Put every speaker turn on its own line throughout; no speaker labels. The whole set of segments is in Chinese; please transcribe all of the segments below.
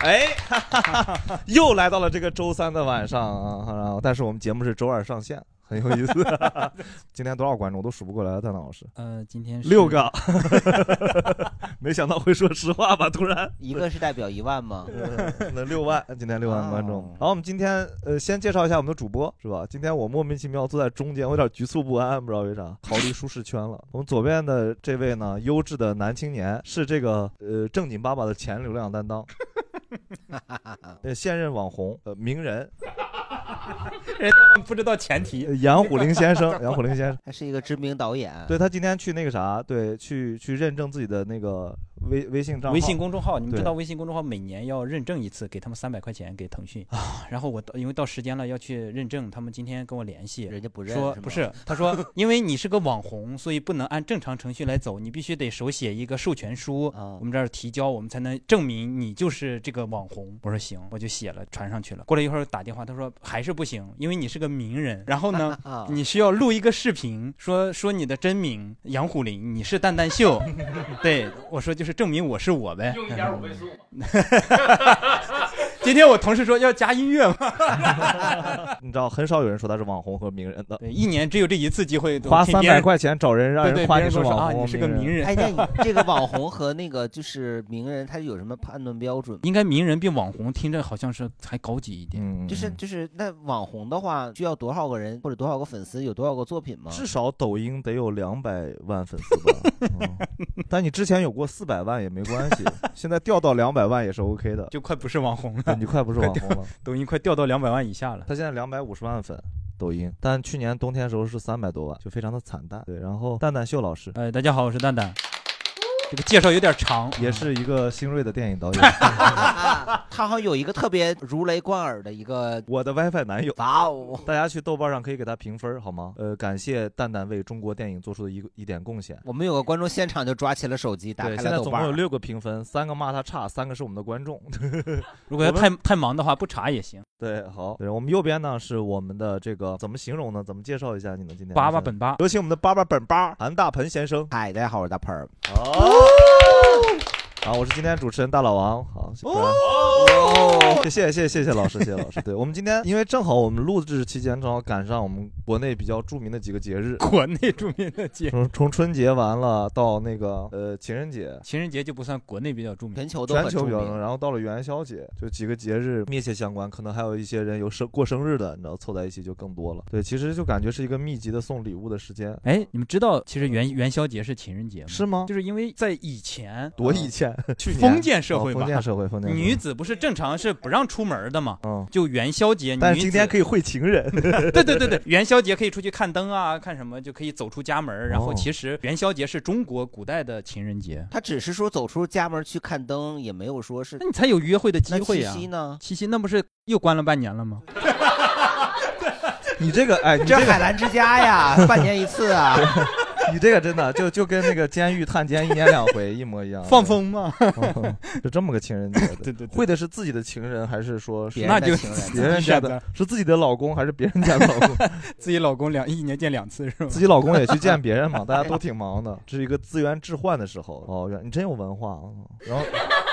哎， 哈哈哈哈又来到了这个周三的晚上啊，然后但是我们节目是周二上线，很有 意思。今天多少观众我都数不过来了，蛋蛋老师。
呃，今 天是
六个， 没想到会说实话吧？突然，
一个是代表一万吗？
那六万，今天六万观众。
哦
然后我们今天呃，先介绍一下我们的主播是吧？今天我莫名其妙坐在中间，我有点局促不安，不知道为 啥，逃离舒适圈了。我们左边的这位呢，优质的男青年是这个呃正经爸爸的前流量担 当，呃现任网红呃名人
人家不知道前提
呃，杨虎林 先生，杨虎林先生。
他是一个知名导
哎
演，
对他今天去那个啥，对，去去认证自己的那个微微信账号，
微信公众号，你们知
对
道微信公众号每年要认证一次，给他们三百块钱给腾讯啊。然后我到因为到时间了要去认证，他们今天跟我联系，
人家不认
说
吗
不是，他说因为你是个网红，所以不能按正常程序来走，你必须得手写一个授权书，
啊，
我们这儿提交，我们才能证明你就是这个网红。我说行，我就写了，传上去了。过了一会儿打电话，他说还是不行，因为你是个名人。然后呢
啊，
你需要录一个视频，说说你的真名杨虎林，你是蛋蛋 秀。对我说就是证明我是我呗。用一点五倍速。 今天我同事说要加音乐嘛，
你知道很少有人说他是网红和名人的，
对，一年只有这一次 机会，
花
听
三
别
百
人
块钱找人让
对对，
人夸你
别人
是
跟我说
网
啊，
红，
你是个名人。
哎，那你这个网红和那个就是名人，他有什么判断标准吗？
应该名人比网红听着好像是还高级一点。
嗯，
就是就是，那网红的话，需要多少个人或者多少个粉丝，有多少个作品吗？
至少抖音得有两百万粉丝 吧，嗯但你之前有过四百万也没关系，现在掉到两百万也是 OK 的。
就快不是网红了，
对你快不是网红了，
抖音快掉 到两百万以下了。
他现在两百五十万粉，抖音，但去年冬天时候是三百多万，就非常的惨淡。对，然后蛋蛋秀老师
呃，大家好，我是蛋蛋。这个介绍有点长，
也是一个新锐的电影 导演，
他好像有一个特别如雷贯耳的一个，
我的 WiFi 男友。
哇哦，
大家去豆瓣上可以给他评分，好吗？呃，感谢蛋蛋为中国电影做出的一个一点贡献。
我们有个观众现场就抓起了手机，打
对，
开了
现在
豆
总
瓣
共有
儿。
六个评分，三个骂他差，三个是我们的观众。
如果要太太忙的话，不查也行。
对，好，对我们右边呢是我们的这个怎么形容呢？怎么介绍一下你呢？今天
八八，本八，
有请我们的八八本八韩大盆先生。
嗨，大家好，我是大盆儿。
哦，好，我是今天主持人大老王。好，
哦，
谢谢谢谢谢谢老师，谢谢老师。对我们今天，因为正好我们录制期间正好赶上我们国内比较著名的几个节日，
国内著名的节，
从从春节完了到那个呃情人节，
情人节就不算国内比较著名。
全球都
全
很
球
著
比较
名
能，。然后到了元宵节，就几个节日密切相关，可能还有一些人有生过生日的，你知道凑在一起就更多了。对，其实就感觉是一个密集的送礼物的时间，
哎，你们知道其实元元宵节是情人节吗？
是吗？
就是因为在以前
多以 前，去年
封建社会
哦
吧
封建社会，封建社会
女子不是正常是不让出门的嘛？
嗯，
就元宵节，
但
女
是今
子
天可以会情人，
对对对对，元宵节可以出去看灯啊，看什么就可以走出家门。然后
哦
其实元宵节是中国古代的情人节，
他只是说走出家门去看灯，也没有说是
那你才有约会的机
那
会啊
七
呀、
夕呢？
七夕那不是又关了半年了吗？
你这个哎，你
这
这个
海澜之家 呀，半年一次啊。
你这个真的就就跟那个监狱探监一年两回一 模一样，
放风 嘛，
嗯，就这么个情人节的。
对对对
会的是自己的情人，还是说是
别
那
人
就
的情人
别哎人家
自己选
的
的？
是自己的老公还是别人家的老公？
自己老公两一年见两次是吗
自？己老公也去见别人 嘛，大家都挺忙的，这是一个资源置换的时候。哦，原你真有文化啊！然后，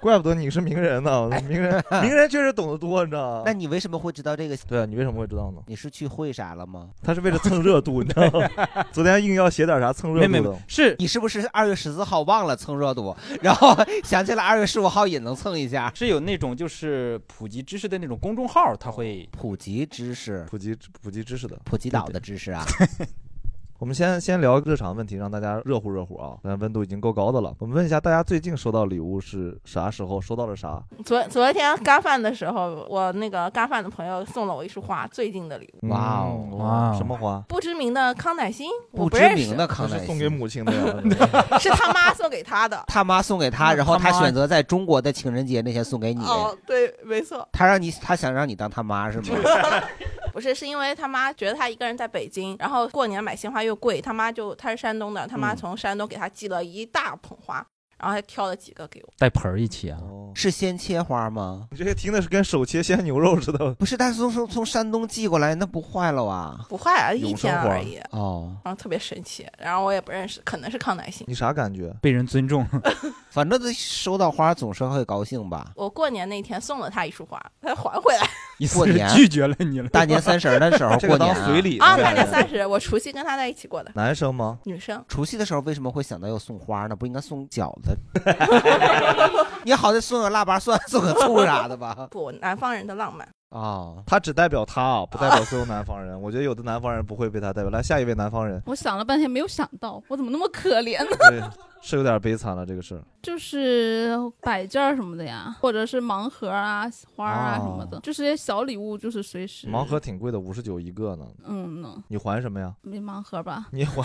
怪不得你是名人呢、名人名人确实懂得多，你知道吗
那？你为什么会知道这个？
对啊，你为什么会知道呢？
你是去会啥了吗？
他是为了蹭热度，你知道吗？ 昨天硬要写点啥蹭热
没没
度
没
的，，
是
你是不是二月十四号忘了蹭热度，然后想起来二月十五号也能蹭一下？
是有那种就是普及知识的那种公众号，他会
普及知识，
普及普及知识的。
普及岛的知识啊。
我们先先聊日常问题，让大家热乎热乎啊！咱温度已经够高的了。我们问一下大家最近收到礼物是啥时候？收到了啥？
昨昨天干饭的时候，我那个干饭的朋友送了我一束花，最近的礼物，
哇哦
嗯
哇哦
什么花？
不知名的康乃馨，我
不
不
知
认
名
识，
的
那
康乃馨。
是送给母亲的呀。
是他妈送给他的
他妈送给他，然后
他
他
妈
选择在中国的 情人节那天送给你。
哦哦，对，没错，
他让你，他想让你当他妈是吗？
不是，是因为他妈觉得他一个人在北京，然后过年买鲜花又贵，他妈就他是山东的，他妈
嗯
从山东给他寄了一大捧花，然后还挑了几个给我。
带盆儿一起啊，
哦，
是鲜切花吗？
你这个听的是跟手切鲜牛肉似的。
不是，但是从从从山东寄过来，那不坏了啊？
不坏啊，
永
一天
生花
而已，
哦，
然后特别神奇，然后我也不认识，可能是康乃馨。
你啥感觉？
被人 尊重。
反正都收到花总是会高兴吧。
我过年那天送了他一束花，他还回来
意思
过
是
年
拒绝了你了。
大年三十儿的时候
这
过
个
年
当
啊
随礼
啊。
对
大 年三十，我除夕跟他在一起过的，
男生吗？
女生
除夕的时候为什么会想到要送花呢？不应该送饺子？ 你好歹送个腊八蒜，送个醋啥的吧？
不，南方人的浪漫。
哦，
他只代表他啊，不 代表所有南方人。我觉得有的南方人不会被他代表。来，下一位南方人，
我想了半天没有想到，我怎么那么可怜呢？
对，是有点悲惨了这个事儿。
就是摆件儿什么的呀，或者是盲盒啊、花儿啊
哦
什么的，就这些小礼物，就是随时
盲盒。挺贵的，五十九一个呢。
嗯呢，
你还什么 呀？
没盲盒吧？
你还吗？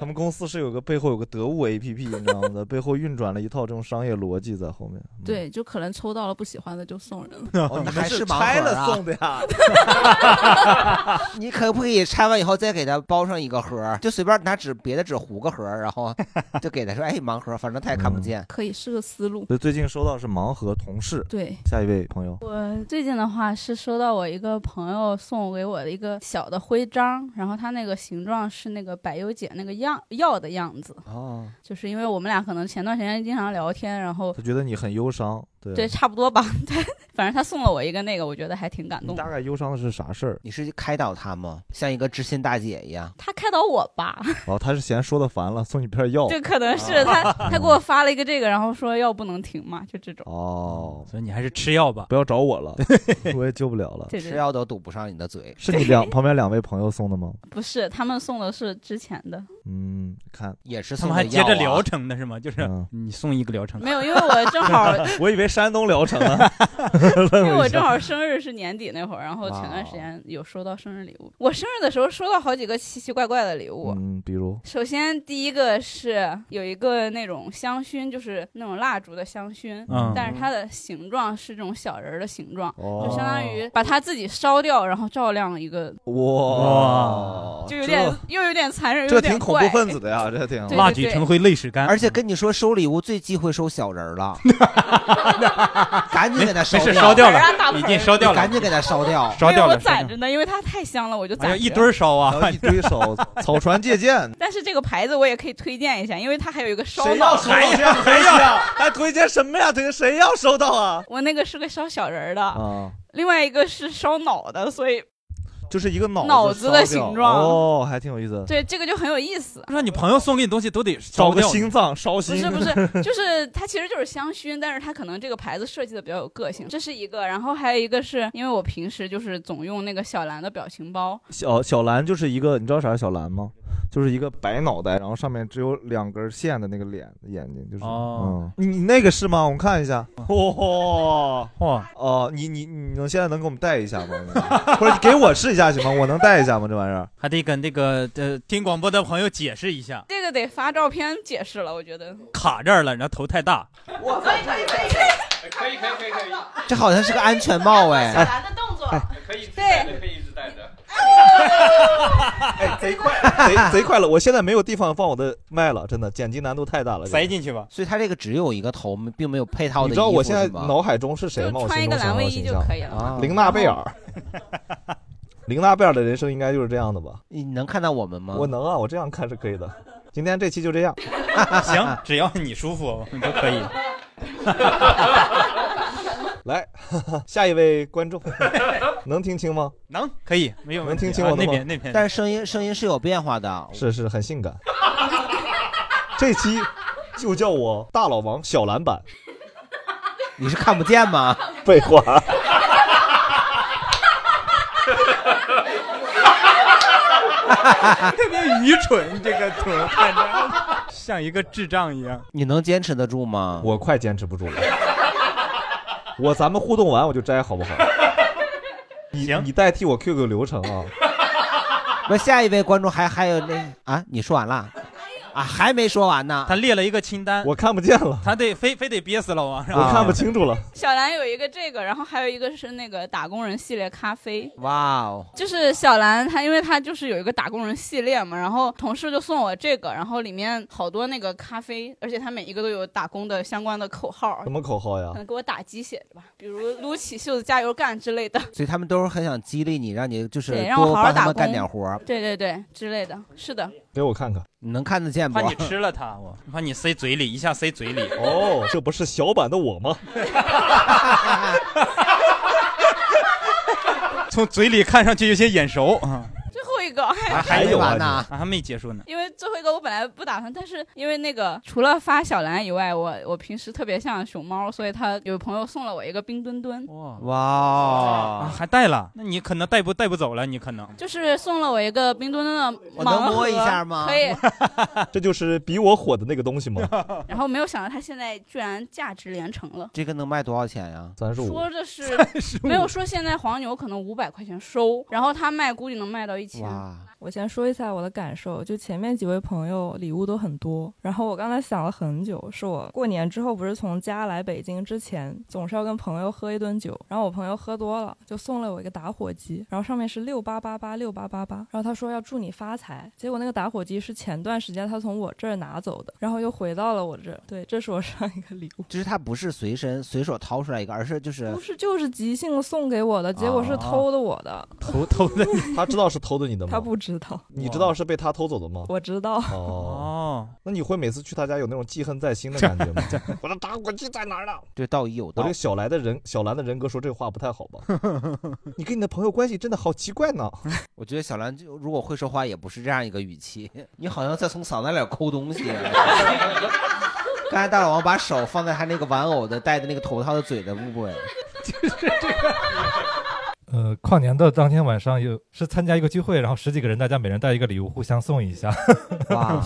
他们公司是有个背后有个得物 APP，你知道吗？在背后运转了一套这种商业逻辑在后面。嗯，
对，就可能抽到了不喜欢的就送人了。
哦，你
那
们
还
是
是盲盒
拆了
啊
送的呀？
你可不可以拆完以后再给它包上一个盒儿？就随便拿纸别的纸糊个盒儿，然 后就给他说：“哎，盲盒，反正他也看不见。
可以是个思路。
嗯所以最近收到是盲盒同事。
对，
下一位朋友，
我最近的话是收到我一个朋友送给我的一个小的徽章，然后它那个形状是那个百忧解那个样药的样子，
哦，
就是因为我们俩可能前段时间经常聊天，然后
他觉得你很忧伤，对
对，差不多吧，对，反正他送了我一个那个，我觉得还挺感
你
嗯
动的。
大概忧伤的是啥事儿？
你是开导他吗？像一个知心大姐一样。
他开导我吧，
哦，他是嫌说的烦了，送你片药。
这可能是他， 他给我发了一个这个，然后说药不能停嘛，就这种，
哦，
所以你还是吃药吧。
不要找我 了，我也救不了了。
对
吃
对，
药都堵不上你的嘴。
是你两 旁边两位朋友送的吗？
不是他们送的是之前的，
嗯，看，
也是
他
送
们
的
还
药、啊、
接着疗程呢，是吗？就是
嗯，
你送一个疗程，
没有，因为我正 好
我以为山东疗 程呢。
因为
问
我
一下
正好生日是年底那会儿，然后前段时间有收到生日礼物。我生日的时候收到好几个奇奇怪怪的礼物。
嗯，比如，
首先第一个是有一个那种香薰，就是那种蜡烛的香薰，
嗯
但是它的形状是这种小人儿的形状。就
哦，
相当于把它自己烧掉，然后照亮一个，
哇，
就有点又有点残忍，又
这
有
哦这挺
点
恐怖
怪。
分子的呀，这挺。
对
蜡炬成灰泪始干。
而且跟你说收礼物最忌讳收小人儿 了，赶紧给他
没
烧
事，
掉
烧掉
大盆儿啊大
了，
盆
已
儿
经烧掉了
赶，紧给他烧掉。
烧
因
掉
为
了，
我
烧掉
攒着
了。
呢，因为它太香了，我就攒着。
哎呀，一堆儿烧啊！
然后一堆 手，草船借箭，
但是这个牌子我也可以推荐一下，因为它还有一个烧
谁
脑
要收到这样的东西啊？还推荐什么呀？推荐谁要收到啊？
我那个是个烧小人儿的，
啊，
另外一个是烧脑的，所以
就是一个脑
脑
子
子
烧
的
掉
形状啊
哦，还挺有意思。
对这个就很有意思。
让你朋友送给你东西都得
找
烧
个
掉，
心脏烧
不
心，
是不 是，就是它其实就是香薰，但是它可能这个牌子设计的比较有个性，这是一个。然后还有一个是因为我平时就是总用那个小蓝的表情包，
小小蓝就是一个，你知道啥是小蓝吗？就是一个白脑袋，然后上面只有两根线的那个脸眼睛，就是。
哦
嗯，你你那个是吗？我们看一下。
嗯
哦
哇，
哦，你你你能现在能给我们戴一下吗？ 不是，你给我试一下行吗？我能戴一下吗？这玩意儿？
还得跟这个呃听广播的朋友解释一下，
这个得发照片解释了，我觉得。
卡这儿了，然后头太大，
这好像是个安全帽哎，
蓝的动作，
对，
哎，贼快，贼贼快了！我现在没有地方放我的麦了，真的，剪辑难度太大了。
塞进去吧。
所以他这个只有一个头，并没有配套的
你
衣服
知道我现在
是吗
脑海中是谁
就
吗？我
穿一
心
个
中想
蓝
到
卫
的
衣
形
就
象，
可以了。哦
啊，
玲娜贝尔。 玲娜贝尔的人生应该就是这样的吧？
你能看到我们吗？
我能啊，我这样看是可以的。今天这期就这样。
行，只要你舒服，我们都可以。
来， 下一位观 众，能听清吗？
能，可以，没有
能
问题
听清
啊
我的
那
吗
边那边。
但是声音声音是有变化的，
是是，很性感。 这期就叫我大老王小篮板。
你是看不见吗？
废话。
特别愚蠢，这个图看着像一个智障一样。
你能坚持得住吗？
我快坚持不住了。我咱们互动完我就摘，好不好？你
行
你代替我 QQ 流程啊。
不是，下一位观众还还有那啊，你说完了？啊，还没说完呢。
他列了一个清单，
我看不见了，
他得非非得憋死啊老王，是吧？
我看不清楚了。
小兰有一个这个，然后还有一个是那个打工人系列咖啡。
哇哦，
就是小兰她，因为她就是有一个打工人系列嘛，然后同事就送我这个，然后里面好多那个咖啡，而且它每一个都有打工的相关的口号
什，么口号呀
可？能给我打鸡血的吧，比如撸起袖子加油干之类的，
所以他们都是很想激励你，让你就是
对让我
多
好好
帮他
打
们干
工
点活儿。
对对对之类的，是的，
给我看看。
你能看得见不
怕？你吃了它，我怕你塞嘴里，一下塞嘴里。
哦，这不是小版的我吗？
从嘴里看上去有些眼熟啊，
最后一个。哎
啊
还
没
有
完
啊
呢。
啊还没结束呢。
因为最后一个我本来不打算，但是因为那个除了发小兰以外，我我平时特别像熊猫，所以他有朋友送了我一个冰墩墩，
哇，
哇
啊
哦，
还带了？那你可能带不带不走了？你可能
就是送了我一个冰墩墩的
我
盲
能
盒，
摸一下吗
可 以。
这就是比我火的那个东西吗？
然后没有想到他现在居然价值连城了。
这个能卖多少钱呀？
三十五
说的是没有说现在黄牛可能五百块钱收，然后他卖估计能卖到一千。
哇，
我先说一下我的感受，就前面几位朋友礼物都很多，然后我刚才想了很久，是我过年之后不是从家来北京之前，总是要跟朋友喝一顿酒，然后我朋友喝多了，就送了我一个打火机，然后上面是六八八八六八八八，然后他说要祝你发财，结果那个打火机是前段时间他从我这儿拿走的，然后又回到了我这儿，对，这是我上一个礼物。
就是它不是随身随手掏出来一个，而是就是
不是，就是即兴送给我的，结果是偷的我的，
头头的
他知道是偷的你的吗？
他不知道，
你知道是被他偷走的吗？
我知道。
哦，
哦，
那你会每次去他家有那种记恨在心的感觉 吗？我的打火机在哪儿呢？
对道义有
我
道
这个。小来的人，小兰的人格说这话不 太好吧？你跟你的朋友关系真的好奇怪呢。
我觉得小兰就如果会说话，也不是这样一个语气。 你好像在从嗓子里抠东西。 刚才大老王把手放在他那个玩偶的戴的那个头套的嘴的部 位，
呃，跨年的当天晚上有是参加一个聚会，然后十几个人，大家每人带一个礼物，互相送一 下。
哇！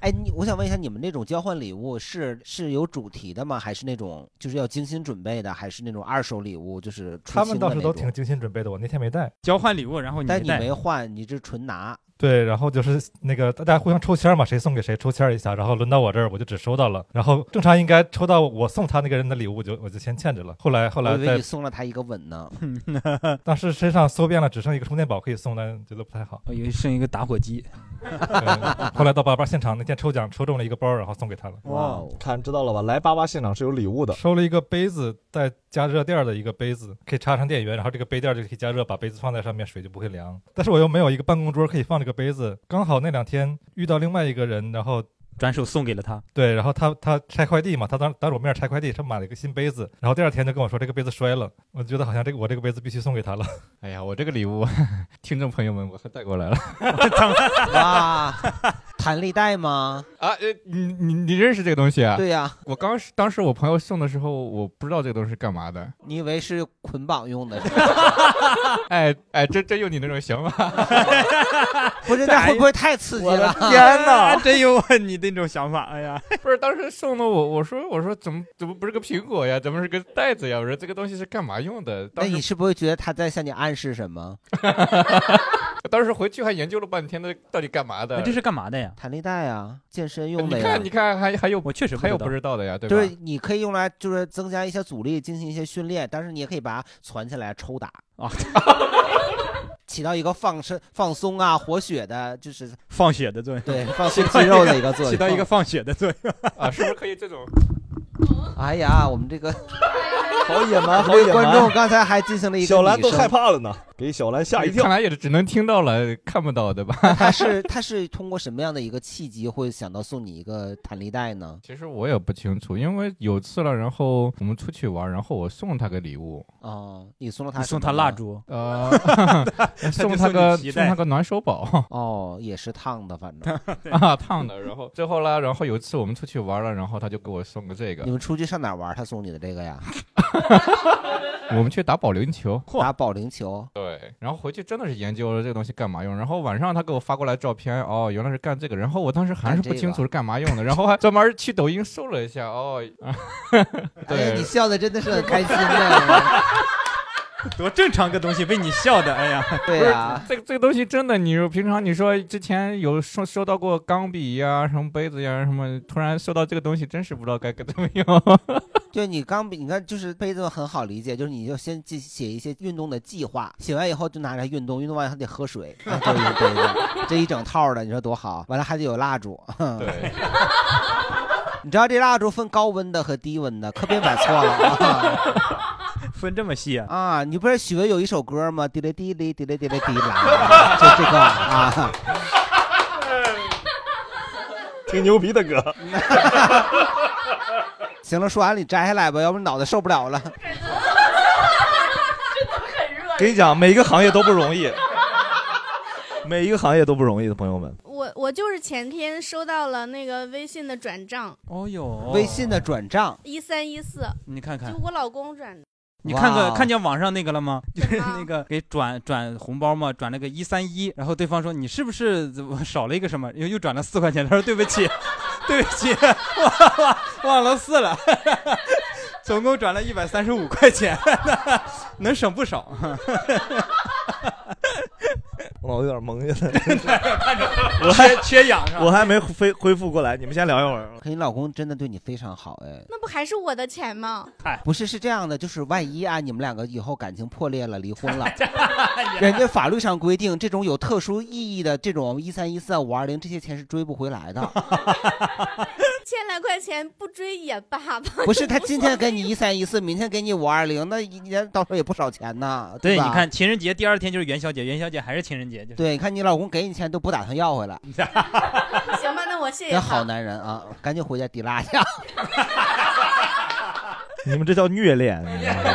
哎，你我想问一下，你们那种交换礼物是是有主题的吗？还是那种就是要精心准备的？还是那种二手礼物？就是出
他
清
们
的
倒是
那
都
种
挺精心准备 的，我那天没带。
交换礼物，然后你
但你
带
没换，你这纯拿。
对，然后就是那个大家互相抽签嘛，谁送给谁抽签一下，然后轮到我这儿，我就只收到了。然后正常应该抽到我送他那个人的礼物，我就我就先欠着了。后来后
我
来
以为
在
你送了他一个吻 呢。
嗯
当时身上搜遍了，只剩一个充电宝可以送，但觉得不太好。
哦我以为剩一个打火机。
对后来到八八现场那天抽奖抽中了一个包，然后送给他了。
哇哦！
看，知道了吧？来八八现场是有礼物的。
收了一个杯子，带加热垫儿的一个杯子，可以插上电源，然后这个杯垫儿就可以加热，把杯子放在上面，水就不会凉。但是我又没有一个办公桌可以放这个杯子，刚好那两天遇到另外一个人，然后
转手送给了他，
对，然后他他拆快递嘛，他当当着我面拆快递，他买了一个新杯子，然后第二天就跟我说这个杯子摔了，我觉得好像这个我这个杯子必须送给他了。
哎呀，我这个礼物，听众朋友们，我还带过 来了
哇，弹力带吗？
啊！呃，你你你认识这个东西啊？
对呀、
我刚是当时我朋友送的时候，我不知道这个东西是干嘛的。
你以为是捆绑用的是 吧？
哎哎，真真有你那种想法？
不是，那会不会太刺激了？
天哪， 真有你那种想法，哎呀，
不是，当时送的我，我说我说怎么怎么不是个苹果呀？怎么是个袋子呀？我说这个东西是干嘛用的？
那
当
你
时
是不是觉得他在向你暗示什么？
当时回去还研究了半天，那到底干嘛的？
那哎这是干嘛的呀？
弹力带啊，健身用的
你
呀
哎看。你看，还还有
我确实不
还有
知道
不知道的呀，对吧？
就是你可以用来就是增加一些阻力，进行一些训练，但是你也可以把它攒起来抽打
啊，
起到一个放松、放松啊、活血的，就是
放血的作用，
对放松肌肉的一个作用。
起到一个放血的作用。
啊，是不是可以这种？
哎呀，我们这 个
好野蛮，好
这
野
个观众
蛮！
刚才还进行了一个
小兰都
拟声
害怕了呢，给小兰吓一跳
看。来也是只能听到了，看不到，对吧？
那他是他是通过什么样的一个契机会想到送你一个弹力带呢？
其实我也不清楚，因为有次了，然后我们出去玩，然后我送他个礼物，
哦，你送了他
你送
什
他
么
蜡
呢。
烛，
呃，
就
送
送
他
你
个
皮
送
带
他个暖手宝
哦，也是烫的，反 正
啊，烫的。然后最后啦，然后有一次我们出去玩了，然后他就给我送个这个
你，们出去上哪儿玩？他送你的这个呀，
我们去打保龄球。
嚯
打保龄球。
对，然后回去真的是研究了这个东西干嘛用，然后晚上他给我发过来照片，哦，原来是干这个，然后我当时还是不清楚是干嘛用的，然后还 专门去抖音搜 了一下，哦，啊
哎呀，
对
你笑的真的是很开心的。
多正常个东西被你笑的，哎呀，
不是
啊
这个这个东西真的，你平常你说之前有收收到过钢笔呀、什么杯子呀、什么，突然收到这个东西，真是不知道该该怎么用。
就你钢笔，你看就是杯子很好理解，就是你就先记写一些运动的计划，写完以后就拿来运动，运动完还得喝 水，啊就是一个杯子，这一整套的，你说多好？完了还得有蜡烛，对。 你知道这蜡烛分高温的和低温的，可别买错了啊！
分这么细啊？
啊，你不是许巍有一首歌吗？滴哩滴哩滴哩滴哩滴啦，就这个啊，
挺牛逼的歌。
行了，说完你摘下来吧，要不然脑袋受不了了。
跟你讲，每一个行业都不容易，每一个行业都不容易的，朋友们。
我我就是前天收到了那个微信的转账，
哦哟，
微信的转账，
一三一四，
你看看
就，我老公转的。
你看
哇
哦
个看见网上那个了 吗？就是那个给转转红包嘛，转了个一三一，然后对方说你是不是怎么少了一个什么，又又转了四块钱，他说对不起， 对不起， 忘忘忘了四了， 总共转了一百三十五块钱， 能省不 少。
我有点蒙 起来，
我还缺氧是吧
我还没恢恢复过来，你们先聊一会儿。
可你老公真的对你非常好哎。
那不还是我的钱吗？
哎
不是，是这样的，就是万一啊，你们两个以后感情破裂了，离婚 了，
哎
人家法律上规定，这种有特殊意义的这种一三一四啊五二零这些钱是追不回 来的。
欠两块钱不追也罢吧。
不是，他今天给你一三一四，明天给你五二零，那一年到时候也不少钱呢，
对，
吧？
你看，情人节第二天就是元宵节，元宵节还是情人节， 就是
对，你看你老公给你钱都不打算要回来，
行吧，那我谢谢
那
他。
好男人啊，赶紧回家抵拉去。
你们这叫虐恋。你知道吗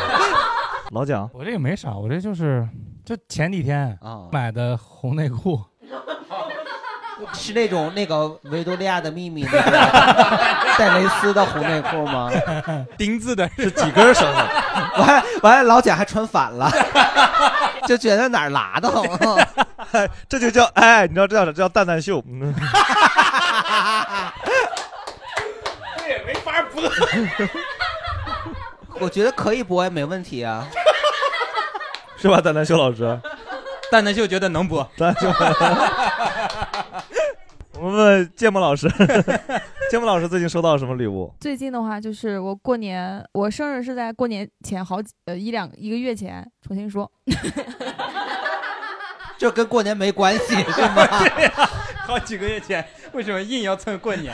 老蒋，
我这个没啥，我这就是就前几天
啊
买的红 内裤，
是那种那个维多利亚的秘密那 个带蕾丝的红内裤吗？
钉子的
是几根绳的？
完完了，老蒋还穿反了， 就觉得哪儿拉的慌。
哎这就叫哎，你知道这叫啥？这叫蛋蛋秀。 嗯
这也没法播。
我觉得可以播呀，没问题啊。
是吧，蛋蛋秀老师？
蛋蛋秀觉得能播，
蛋蛋秀。我们问芥末老师， 芥末老师最近收到什么礼物？
最近的话，就是我过年，我生日是在过年前好几呃一两一个月前。重新说，
这跟过年没关系是吗？
好几个月前，为什么硬要蹭过 年？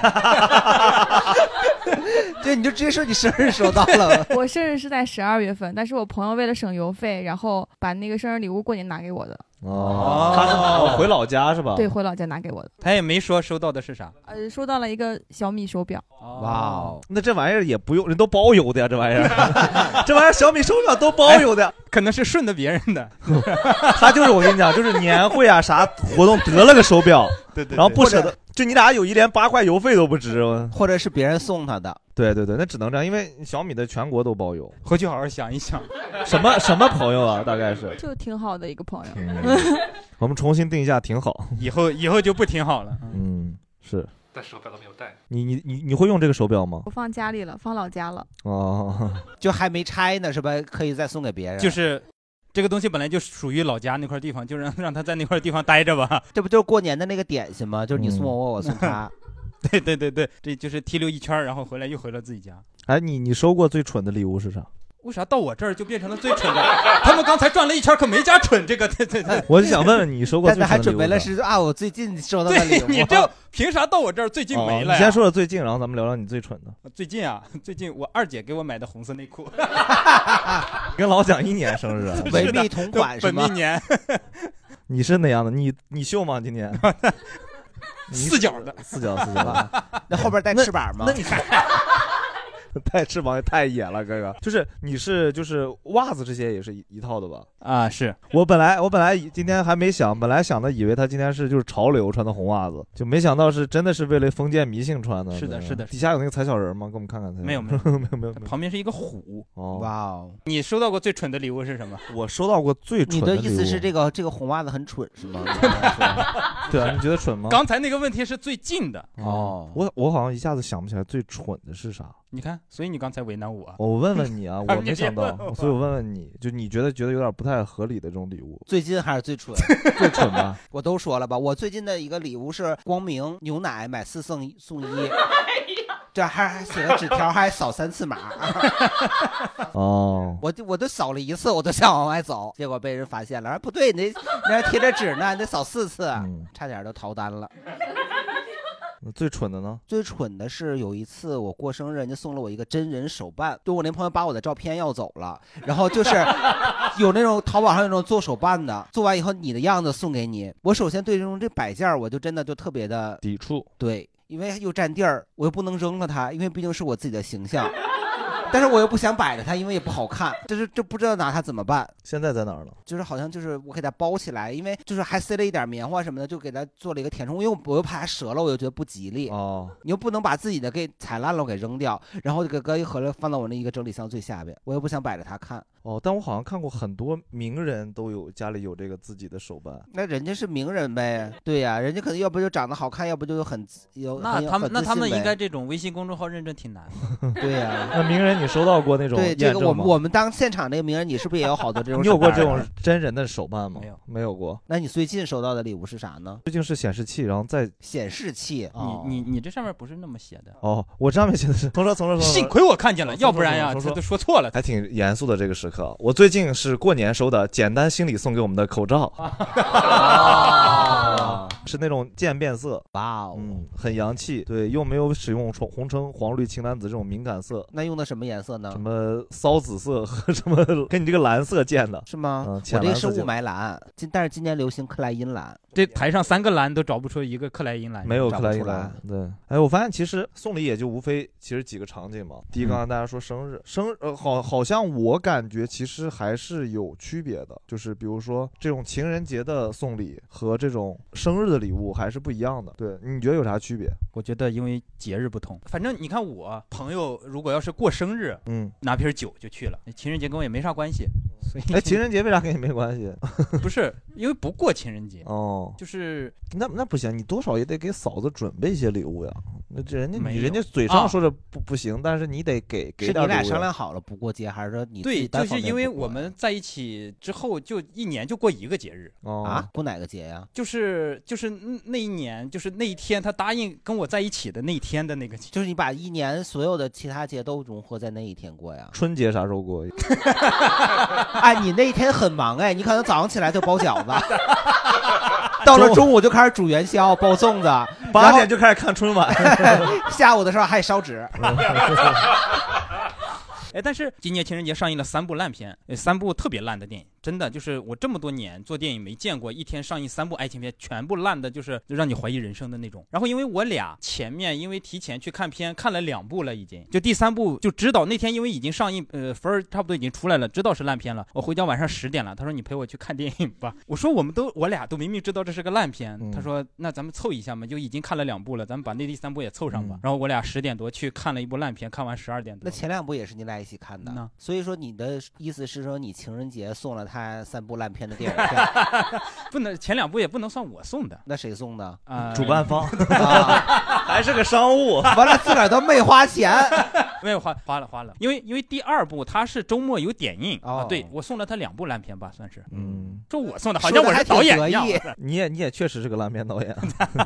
对，你就直接说你生日 收到了。
我生日是在十二月份，但是我朋友为了省邮费，然后把那个生日礼物过年拿给我的，
哦，他哦回老家是吧？
对，回老家拿给我的。
他也没说收到的是啥。
呃，收到了一个小米手表，
哇哦，那这玩意儿也不用，人都包邮的呀，这玩意 儿，这玩意儿小米手表都包邮的，
哎可能是顺着别人的。
他就是我跟你讲，就是年会啊啥活动得了个手表，
对对对
然后不舍
或
得，就你俩有一连八块邮费都不值，
或者是别人送他的。
对对对，那只能这样，因为小米的全国都包邮。
回去好好想一想，
什么什么朋友啊？大概是，
就挺好的一个朋友。
我们重新定一下，挺好。
以后以后就不挺好了。
嗯，是
但手表都没有带。
你你你你会用这个手表吗？
我放家里了，放老家了。
哦，
就还没拆呢，是吧？可以再送给别人。
就是这个东西本来就属于老家那块地方，就让让他在那块地方待着吧。 嗯
这不就是过年的那个点心吗？就是你送我，我送他。
对对对对，这就是提溜一圈儿，然后回来又回了自己家。
哎，你你收过最蠢的礼物是啥？
为啥到我这儿就变成了最蠢 的？他们刚才转了一圈儿，可没加蠢这个。对对对，
我就想问问你收过
但
最
是
蠢的
还
礼物
准备了
是
是啊，我最近收到的礼
对
物。啊
你这凭啥到我这儿最近
啥
没
哦
了
你
呀
先？说说最近，然后咱们聊聊你最蠢的。
最近啊，最近我二姐给我买的红色内裤，，
跟老蒋一年生日 啊
是的本命年，
你是哪样的？你你秀吗？今 天
四角的，
四角四角的，
那后边带翅膀吗？
那你带翅膀也 太野了，哥哥。就是你是就是袜子这些也是一一套的吧？
啊，是
我本来我本来今天还没想，本来想的以为他今天是就是潮流穿的红袜子，就没想到是真的是为了封建迷信穿的。
是的
对
是的
底下有那个踩小人吗？给我们看看。
没有没
嗯 没
有
没有没有。
旁边是一个虎。
哦，
哇哦！
你收到过最蠢的礼物是 什么？
我收到过最
你
蠢
的
礼物。
意思是这个这个红袜子很蠢是 吗？
对啊？你觉得蠢吗？
刚才那个问题是最近的，
哦，我我好像一下子想不起来最蠢的是啥。
你看，所以你刚才为难我。
我问问你 啊，我没想
你别问
到，
我
所以我问问你，就你觉得觉得有点不太合理的这种礼物，
最近还是最蠢？
最蠢吧？
我都说了吧，我最近的一个礼物是光明牛奶买四送一送一，这还还写了纸条，还扫三次码。
哦，
我就我都扫了一次，我都想往外走，结果被人发现了。哎不对，你那你还贴着纸呢，你得扫四次，啊差点都逃单 了。
嗯最蠢的呢？
最蠢的是有一次我过生日，人家送了我一个真人手办，就我那朋友把我的照片要走了，然后 就是有那种淘宝上有那种做手办的，做完以后你的样子送给你。我首先对这种这摆件儿，我就真的就特别的
抵触，
对，因为又占地儿，我又不能扔了它，因为毕竟是我自己的形象。但是我又不想摆着它，因为也不好看，就是这不知道拿它怎么办。
现在在哪儿呢？
就是好像就是我给它包起来，因为就是还塞了一点棉花什么的，就给它做了一个填充，因为我我又怕它折了，我又觉得不吉利。
哦，
你又不能把自己的给踩烂了，我给扔掉，然后就给搁一盒了放到我那一个整理箱最下边，我又不想摆着它看。
哦，但我好像看过很多名人都有家里有这个自己的手办，
那人家是名人呗，对呀、人家可能要不就长得好看，要不就很自有
那
很
啊
有
他们
很
那
自
他们
信呗
应该这种微信公众号认证挺难的。
对呀
嗯那名人你收到过那种
对这
验
个
证
我
吗
们？我们当现场那个名人，你是不是也有好多这种？
你有过这
啊
种？真人的手办吗？没有，没有过。
那你最近收到的礼物是啥呢？
最近是显示器，然后再
显示器哦
你你你这上面不是那么写的。
哦，我上面写的是从说从说从说，
幸亏我看见了
哦
呃要不然呀
从从从
这都
说
错了，
还挺严肃的这个时刻。啊我最近是过年收的简单心理送给我们的口罩，
啊
是那种渐变色，
哇哦，
嗯，很洋气，对，又没有使用红红橙黄绿青蓝紫这种敏感色，
那用的什么颜色呢？
什么骚紫色和 什么跟你这个蓝色见的，
是吗？
嗯，
我
浅
这个
蓝
是
色
雾
见的
霾蓝，今但是今年流行克莱因蓝。
这台上三个蓝都找不出一个克莱因蓝，
没有克
找不
莱因
出来
蓝，对。哎，我发现其实送礼也就无非哎其实几个场景嘛。第一个，刚才大家说生日，生日呃，好，好像我感觉其实还是有区别的，就是比如说这种情人节的送礼和这种生日的礼物还是不一样的。对，你觉得有啥区别？
我觉得因为节日不同，反正你看我朋友如果要是过生日，
嗯，
拿瓶酒就去了，情人节跟我也没啥关系，所以
哎，情人节为啥跟你没关系？
不是因为不过情人节，
哦，
就是
那那不行，你多少也得给嫂子准备一些礼物呀。那这人家
没
你
有
人家嘴
啊
上说着不、不行，但是你得给给
是
点
你
礼物呀。
俩商量好了不过节，还是说你自
对，
己单
就
方
是
面
因为
不过
我们在一起之后就一年就过一个节日，
哦？
啊过哪个节呀？
就是就是那一年就是那一天他答应跟我在一起的那一天的那个节
就是你把一年所有的其他节都融合在那一天过呀
春节啥时候过？
哎，你那一天很忙哎，你可能早上起来就包饺子， 到了中午就开始煮元宵、包粽子，
八
然后
点就开始看春晚。
下午的时候还烧纸。
哎，但是今年情人节上映了三部烂片，呃三部特别烂的电影，真的就是我这么多年做电影没见过一天上映三部爱情片，全部烂的，就是让你怀疑人生的那种。然后因为我俩前面因为提前去看片，看了两部了已经，就第三部就知道那天因为已经上映，呃，分儿差不多已经出来了，知道是烂片了。我回家晚上十点了，他说你陪我去看电影吧。 我说我们都我俩都明明知道这是个烂片，他说那咱们凑一下嘛，就已经看了两部了，咱们把那第三部也凑上吧。然后我俩十点多去看了一部烂片，看完十二 点多。
那前两部也是你俩一起看
嗯
的，所以说你的意思是说你情人节送了他三部烂片的电影票，
不能前两部也不能算我送的，
那谁送的？啊
啊
嗯主 办方
还
是个商务，
完了自个儿都没花钱，
没有花花了花了，因为因为第二部它是周末有点映、啊，对我送了他两部烂片吧，算是，
嗯，
这我送的，好像我是导演一样。
你也你也确实是个烂片导演。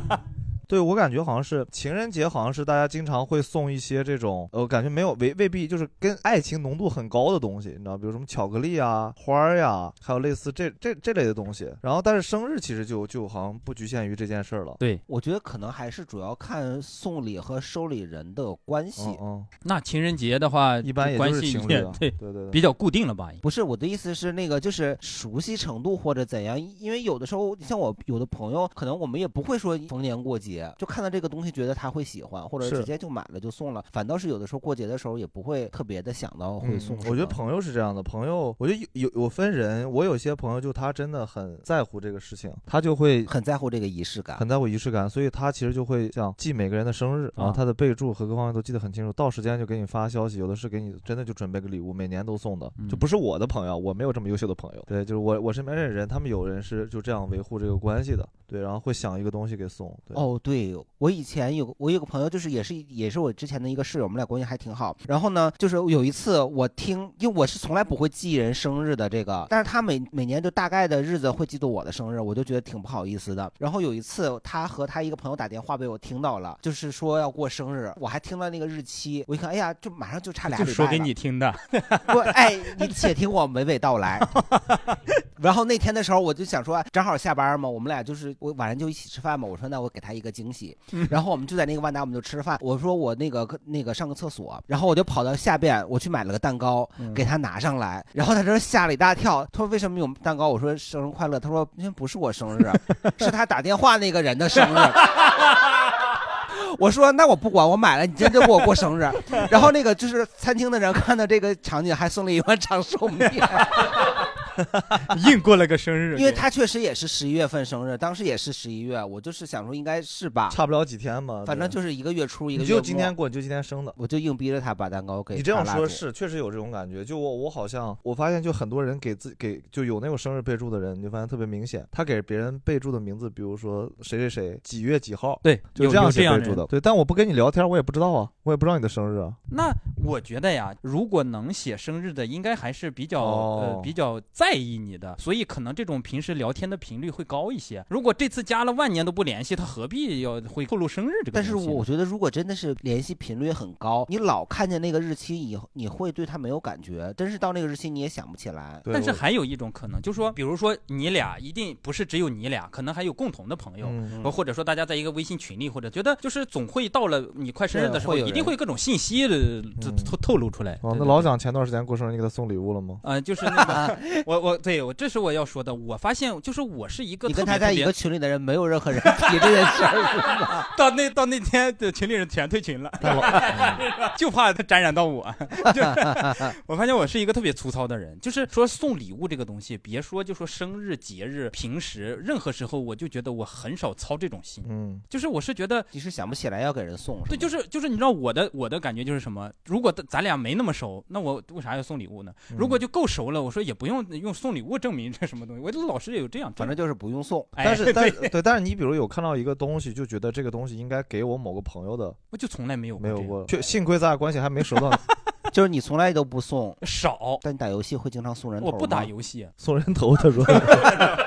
啊 对，我感觉好像是情人节，好像是大家经常会送一些这种，呃，我感觉没有未未必就是跟爱情浓度很高的东西，你知道，比如什么巧克力啊、花儿呀、还有类似这这这类的东西。然后，但是生日其实就就好像不局限于这件事儿了。
对，
我觉得可能还是主要看送礼和收礼人的关系。
哦
那情人节的话，一
般也就
关
是
系
情
也
侣啊
对
对对对
比较固定了吧？
不是我的意思是那个，就是熟悉程度或者怎样，因为有的时候像我有的朋友，可能我们也不会说逢年过节就看到这个东西觉得他会喜欢，或者
是
直接就买了就送了，反倒是有的时候过节的时候也不会特别的想到会送
嗯
什么。
我觉得朋友是这样的，朋友，我觉得有有有分人，我有些朋友就他真的很在乎这个事情，他就会
很在乎这个仪式感，
很在乎仪式感，所以他其实就会像记每个人的生日，然后
啊
他的备注和各方面都记得很清楚，到时间就给你发消息，有的是给你真的就准备个礼物，每年都送的，
嗯
就不是我的朋友，我没有这么优秀的朋友，对，就是我我身边认识人，他们有人是就这样维护这个关系的，对，然后会想一个东西给送，对，
哦，队友。我以前有我有个朋友，就是也是也是我之前的一个室友，我们俩关系还挺好。然后呢，就是有一次我听，因为我是从来不会记人生日的这个，但是他每每年就大概的日子会记住我的生日，我就觉得挺不好意思的。然后有一次他和他一个朋友打电话被我听到了，就是说要过生日，我还听到那个日期，我一看，哎呀，就马上就差俩礼
就
拜
说给
了
你听的，
我哎，你且听我娓娓道来。然后那天的时候，我就想说，正好下班嘛，我们俩就是我晚上就一起吃饭嘛。我说那我给他一个惊喜
嗯，
然后我们就在那个万达，我们就吃饭。我说我那个那个上个厕所，然后我就跑到下边，我去买了个蛋糕给他拿上来，然后他这吓了一大跳，他说为什么有蛋糕？我说生日快乐，他说因为不是我生日，啊是他打电话那个人的生日。 我说那我不管，我买了，你真就给我过生日。 然后那个就是餐厅的人看到这个场景，还送了一碗长 寿面，
硬过了个生日，
因为他确实也是十一月份生日，当时也是十一月，我就是想说应该是吧，
差不了几天嘛，
反正
对
就是一个月初一个
你
月
就
末
今天过，你就今天生的，
我就硬逼着他把蛋糕给
你这样
他
说
蜡烛
是确实有这种感觉，就我我好像我发现就很多人给自给就有那种生日备注的人，你就发现特别明显，他给别人备注的名字，比如说谁谁谁几月几号，
对
就
有
这样
有这
写
样
备
的
注
人
的，对，但我不跟你聊天，我也不知道啊，我也不知道你的生日啊，
那我觉得呀，如果能写生日的，应该还是比较、
哦
呃比较在意你的，所以可能这种平时聊天的频率会高一些。如果这次加了万年都不联系，他何必要会透露生日这个
但
东
是
西呢？
我觉得，如果真的是联系频率很高，你老看见那个日期以后，你会对他没有感觉，真是到那个日期你也想不起来。
但是还有一种可能，就是说，比如说你俩一定不是只有你俩，可能还有共同的朋友，呃
嗯
或或者说大家在一个微信群里，或者觉得就是总会到了你快生日
对
的时候，
会有
一定
人
会 各种信息的透透透露出来。
哦那
对，对
老
对
蒋前段时间过生日，你给他送礼物了吗？
呃，就是那 个，我我对我这是我要说的。我发现就是我是一个
你
特
跟
别
他
特
在一
别
个群里的人，没有任何 人提这件事儿，是吧
到那到那天的群里人全退群了， 就怕他沾染 到我。就我发现我是一个特别粗糙的人，就是说送礼物这个东西，别说就说生日、节日、平时任何时候，我就觉得我很少操这种心。
嗯，
就是我是觉得
你是想不起来要给人送，
对，就是就是，你知道我的我的感觉就是什么？如果咱俩没那么熟，那我为啥要送礼物呢？
嗯
如果就够熟了，我说也不用用送礼物证明这什么东西。我老师也有这样，
反正就是不用送。
哎
但是，但是
对
对，但是你比如有看到一个东西，就觉得这个东西应该给我某个朋友的，
我就从来没有
没有过，就幸亏咱俩关系还没熟到
就是你从来都不送，
少。
但你打游戏会经常送人头
我不打
吗
游戏，啊
送人头，他 说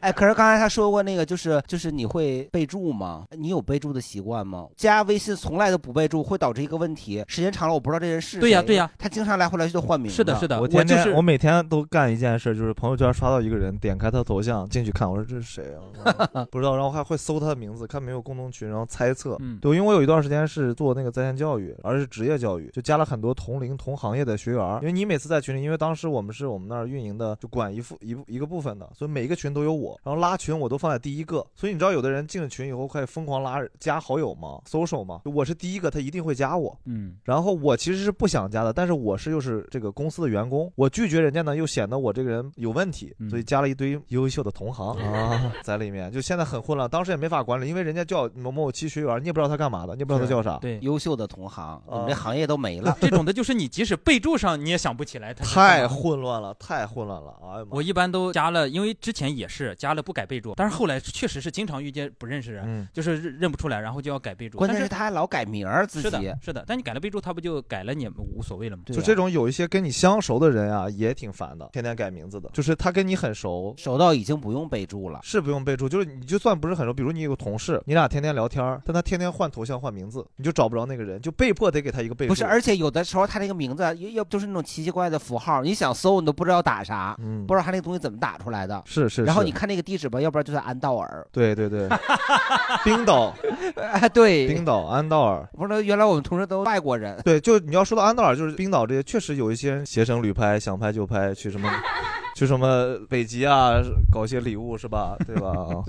哎，可是刚才他说过那个，就是就是你会备注吗？你有备注的习惯吗？加微信从来都不备注，会导致一个问题，时间长了我不知道这人是谁。
对呀对呀
他经常来回来去都换名。
我天天我每天都干一件事，就是朋友圈刷到一个人，点开他头像进去看，我说这是谁啊？不知道，然后还会搜他的名字，看没有共同群，然后猜测。
嗯
对，因为我有一段时间是做那个在线教育，而是职业教育，就加了很多同龄同行业的学员儿。因为你每次在群里，因为当时我们是我们那儿运营的，就管一副一部一个部分的，所以每一个群都有我，然后拉群我都放在第一个。所以你知道，有的人进了群以后开始疯狂拉人加好友嘛，social 嘛，我是第一个，他一定会加我。
嗯，
然后我其实是不想加的，但是我是又是这个公司的员工，我拒绝人家呢，又显得我这个人有问题，
嗯
所以加了一堆优秀的同行啊 在里面，就现在很混乱，当时也没法管理，因为人家叫某某期学员，你也不知道他干嘛的，你也不知道他叫啥，
对，
优秀的同行，我们这行业都没了。
这种的就是你即使备注上你也想不起来他是
太
干嘛的
混乱了，太混乱了，哎呀妈！
我一般都加了，因为之前也是加了不改备注，但
嗯
是后来确实是经常遇见不认识人，
嗯
就是认认不出来，然后就要改备注。
关键
但
是
是
他还老改名儿自己
是的，是的。但你改了备注，他不就改了你无所谓了吗？
啊
啊就这种有一些跟你相熟的人啊，也挺烦的，天天改名字的。就是他跟你很熟，
熟到已经不用备注了，
是不用备注。就是你就算不是很熟，比如你有个同事，你俩天天聊天儿，但他天天换头像换名字，你就找不着那个人，就被迫得给他一个备注。
不是，而且有的时候他那个名字要要不就是那种奇奇怪怪的符号，你想搜你都不知道打啥，
嗯
不知道他那个东西怎么打出来的。
是是
然后
是
你看那个地址吧，要不然就在安道尔。
对对对，冰岛，
哎，对，
冰岛安道尔。
不知道原来我们同事都外国人。
对，就你要说到安道尔，就是冰岛这些，确实有一些人携程旅拍，想拍就拍，去什么，去什么北极啊，搞些礼物是吧？对吧？ 啊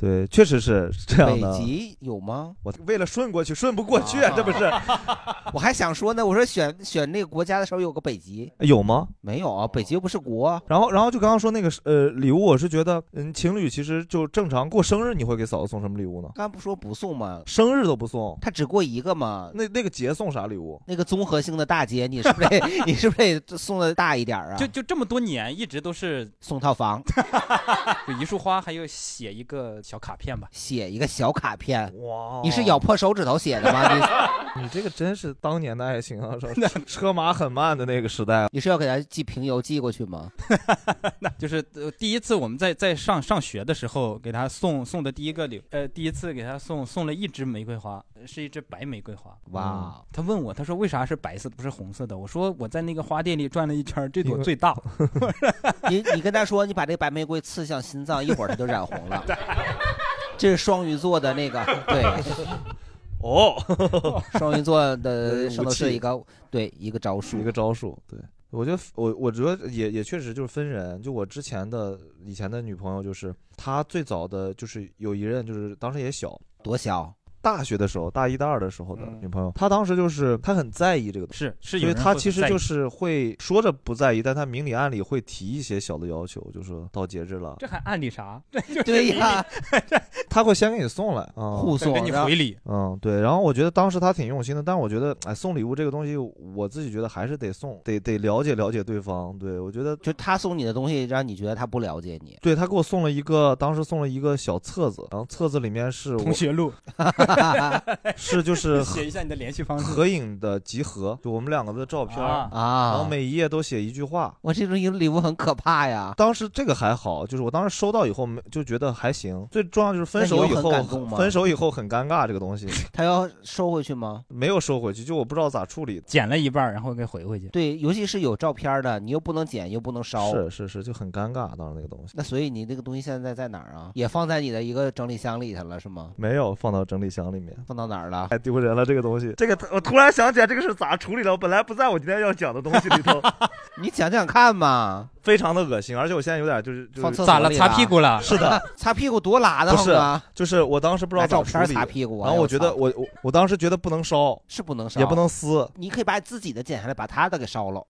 对，确实 是这样
北
的。
极有吗？
我为了顺过去，顺不过去啊，这不是？
我还想说呢，我说选选那个国家的时候有个北极，
哎有吗？
没有啊，北极又不是国。
然后，然后就刚刚说那个是呃礼物，我是觉得，嗯，情侣其实就正常过生日，你会给嫂子送什么礼物呢？
刚不说不送吗？
生日都不送，
啊他只过一个嘛。
那那个节送啥礼物？
那个综合性的大街，你是不 是得 你是不是得送的大一点儿啊？
就就这么多年一直都是
送套房，
有一束花，还有写一个小卡片吧。
写一个小卡片。
哇哦
你是咬破手指头写的吗？你
你这个真是当年的爱情啊，是吧车马很慢的那个时代。
你是要给他寄平邮寄过去吗？
就是呃第一次我们在在上上学的时候，给他送送的第一个礼，呃，第一次给他送送了一支玫瑰花，是一支白玫瑰花。
哇哦
嗯！他问我，他说为啥是白色的不是红色的？我说我在那个花店里转了一圈儿，这朵最大。
你你跟他说，你把这个白玫瑰刺向心脏，一会儿它就染红 了。这是双鱼座的那个，对，
哦，
双鱼座的圣斗士一个对一个招
数，一个招数，对。我觉得我我觉得也也确实就是分人，就我之前的以前的女朋友就是她最早的就是有一任就是当时也小，
多小？
大学的时候，大一大二的时候的女朋友，她当时就是她很在意这个东西，
嗯是
所
是有
以
人
她
会
其实
在意
就是会说着不在意，但她明里暗里会提一些小的要求，就说到节日了，
这还暗里啥？这 就是
对呀，
他会先给你送来啊，
护送给你回礼。
嗯，对。然后我觉得当时他挺用心的，但我觉得，哎，送礼物这个东西，我自己觉得还是得送，得得了解了解对方。对我觉得，
就他送你的东西，让你觉得他不了解你。
对他给我送了一个，当时送了一个小册子，然后册子里面是我
同学录
是就是
写一下你的联系方式
合影的集合，就我们两个的照片
啊
啊
然后每一页都写一句话。
我这种礼物很可怕呀。
当时这个还好，就是我当时收到以后没就觉得还行。最重要就是分
那
手
你
以
有很
后
感动吗，
分手以后很尴尬这 个东西。
他要收回去吗？
没有收回去，就我不知道咋处理的。
剪了一半，然后给回回去。
对，尤其是有照片的，你又不能剪，又不能烧。
是是是，就很尴尬，当时那个东西。
那所以你那个东西现在在哪儿啊？也放在你的一个整理箱里去了是吗？
没有放到整理箱里面，
放到哪儿了？
太丢人了，这个东西。这个我
突然想
起来这个是咋处理的，我本来不在我今天要讲的东西里头，
你讲讲看嘛。
非常的恶心，而且我现在有点就是就是
放厕所里的
是的，，
擦屁股多拉的
不是
啊！，
就是我当时不知道
拿
咋
照片
处理
擦屁股啊
然后
要
我觉得
擦
我我我当时觉得不能烧，
是不能
也
烧
不能撕，
你可以把自己的剪下来，把他的给烧了。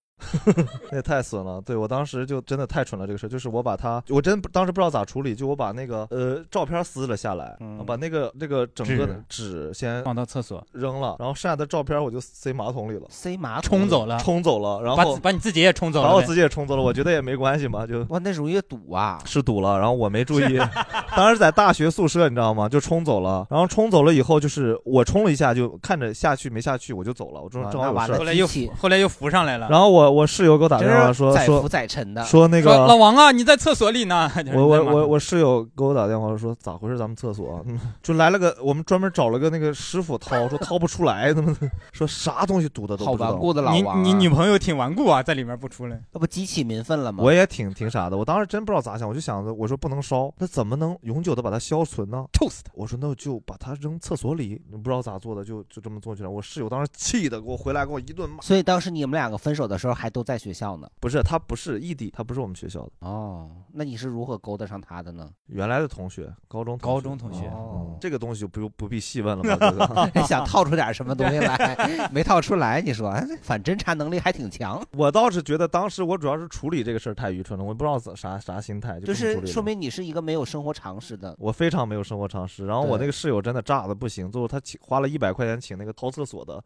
那也太损了。对我当时就真的太蠢了，这个事儿就是我把它，我真不当时不知道咋处理，就我把那个呃照片撕了下来，
嗯
把那个这个整个的纸先
嗯放到厕所
扔了，然后剩下的照片我就塞马桶里了，
塞马
桶里冲走了
冲走了，然
把
后
自把你自己也 冲走了
把我
呗嗯
自己也冲走了，我觉得也没关系嘛，就
哇，那容易堵啊，
是堵了，然后我没注意， 当时在大学宿舍你知道吗？就冲走了，然后冲走了以后就是我冲了一下，就看着下去没下去，我就走了，我正
啊
正好
那
有
完
事
了
儿，
后来又机器后来又浮上来了
然后我我室友给我打电话
真是
说
载
说
浮载沉的
说那个
说老王啊，你在厕所里呢？ 就是
我
在
我
马
我我室友给我打电话说咋回事？咱们厕所啊、 嗯就来了个，我们专门找了个那个师傅掏，说掏不出来，怎么说啥东西堵的都啊不知道。
你你女朋友挺顽固啊，在里面不出来。
那不激起民愤了吗？
我也挺挺傻的，我当时真不知道咋想，我就想着我说不能烧，那怎么能永久的把它消存呢？
臭死他！
我说那就把它扔厕所里，不知道咋做的，就就这么做起来。我室友当时气的给我回来给我一顿骂。
所以当时你们两个分手的时候还都在学校呢。
不是，他不是异地，他不是我们学校的。
哦，那你是如何勾搭上他的呢？？
原来的同学，高中
高中同学
哦，这个东西就不用不必细问了吧
想套出点什么东西 来，没套出来。你说，哎反侦查能力还挺强，
我倒是觉得当时我主要是处理这个事儿太愚蠢了，我不知道咋啥啥心态，就
就
这么处
是
理
说
了
明你是一个没有生活常识的。
我非常没有生活常识。然后我那个室友真的炸的不行，最后他请花了一百块钱请那个掏厕所的，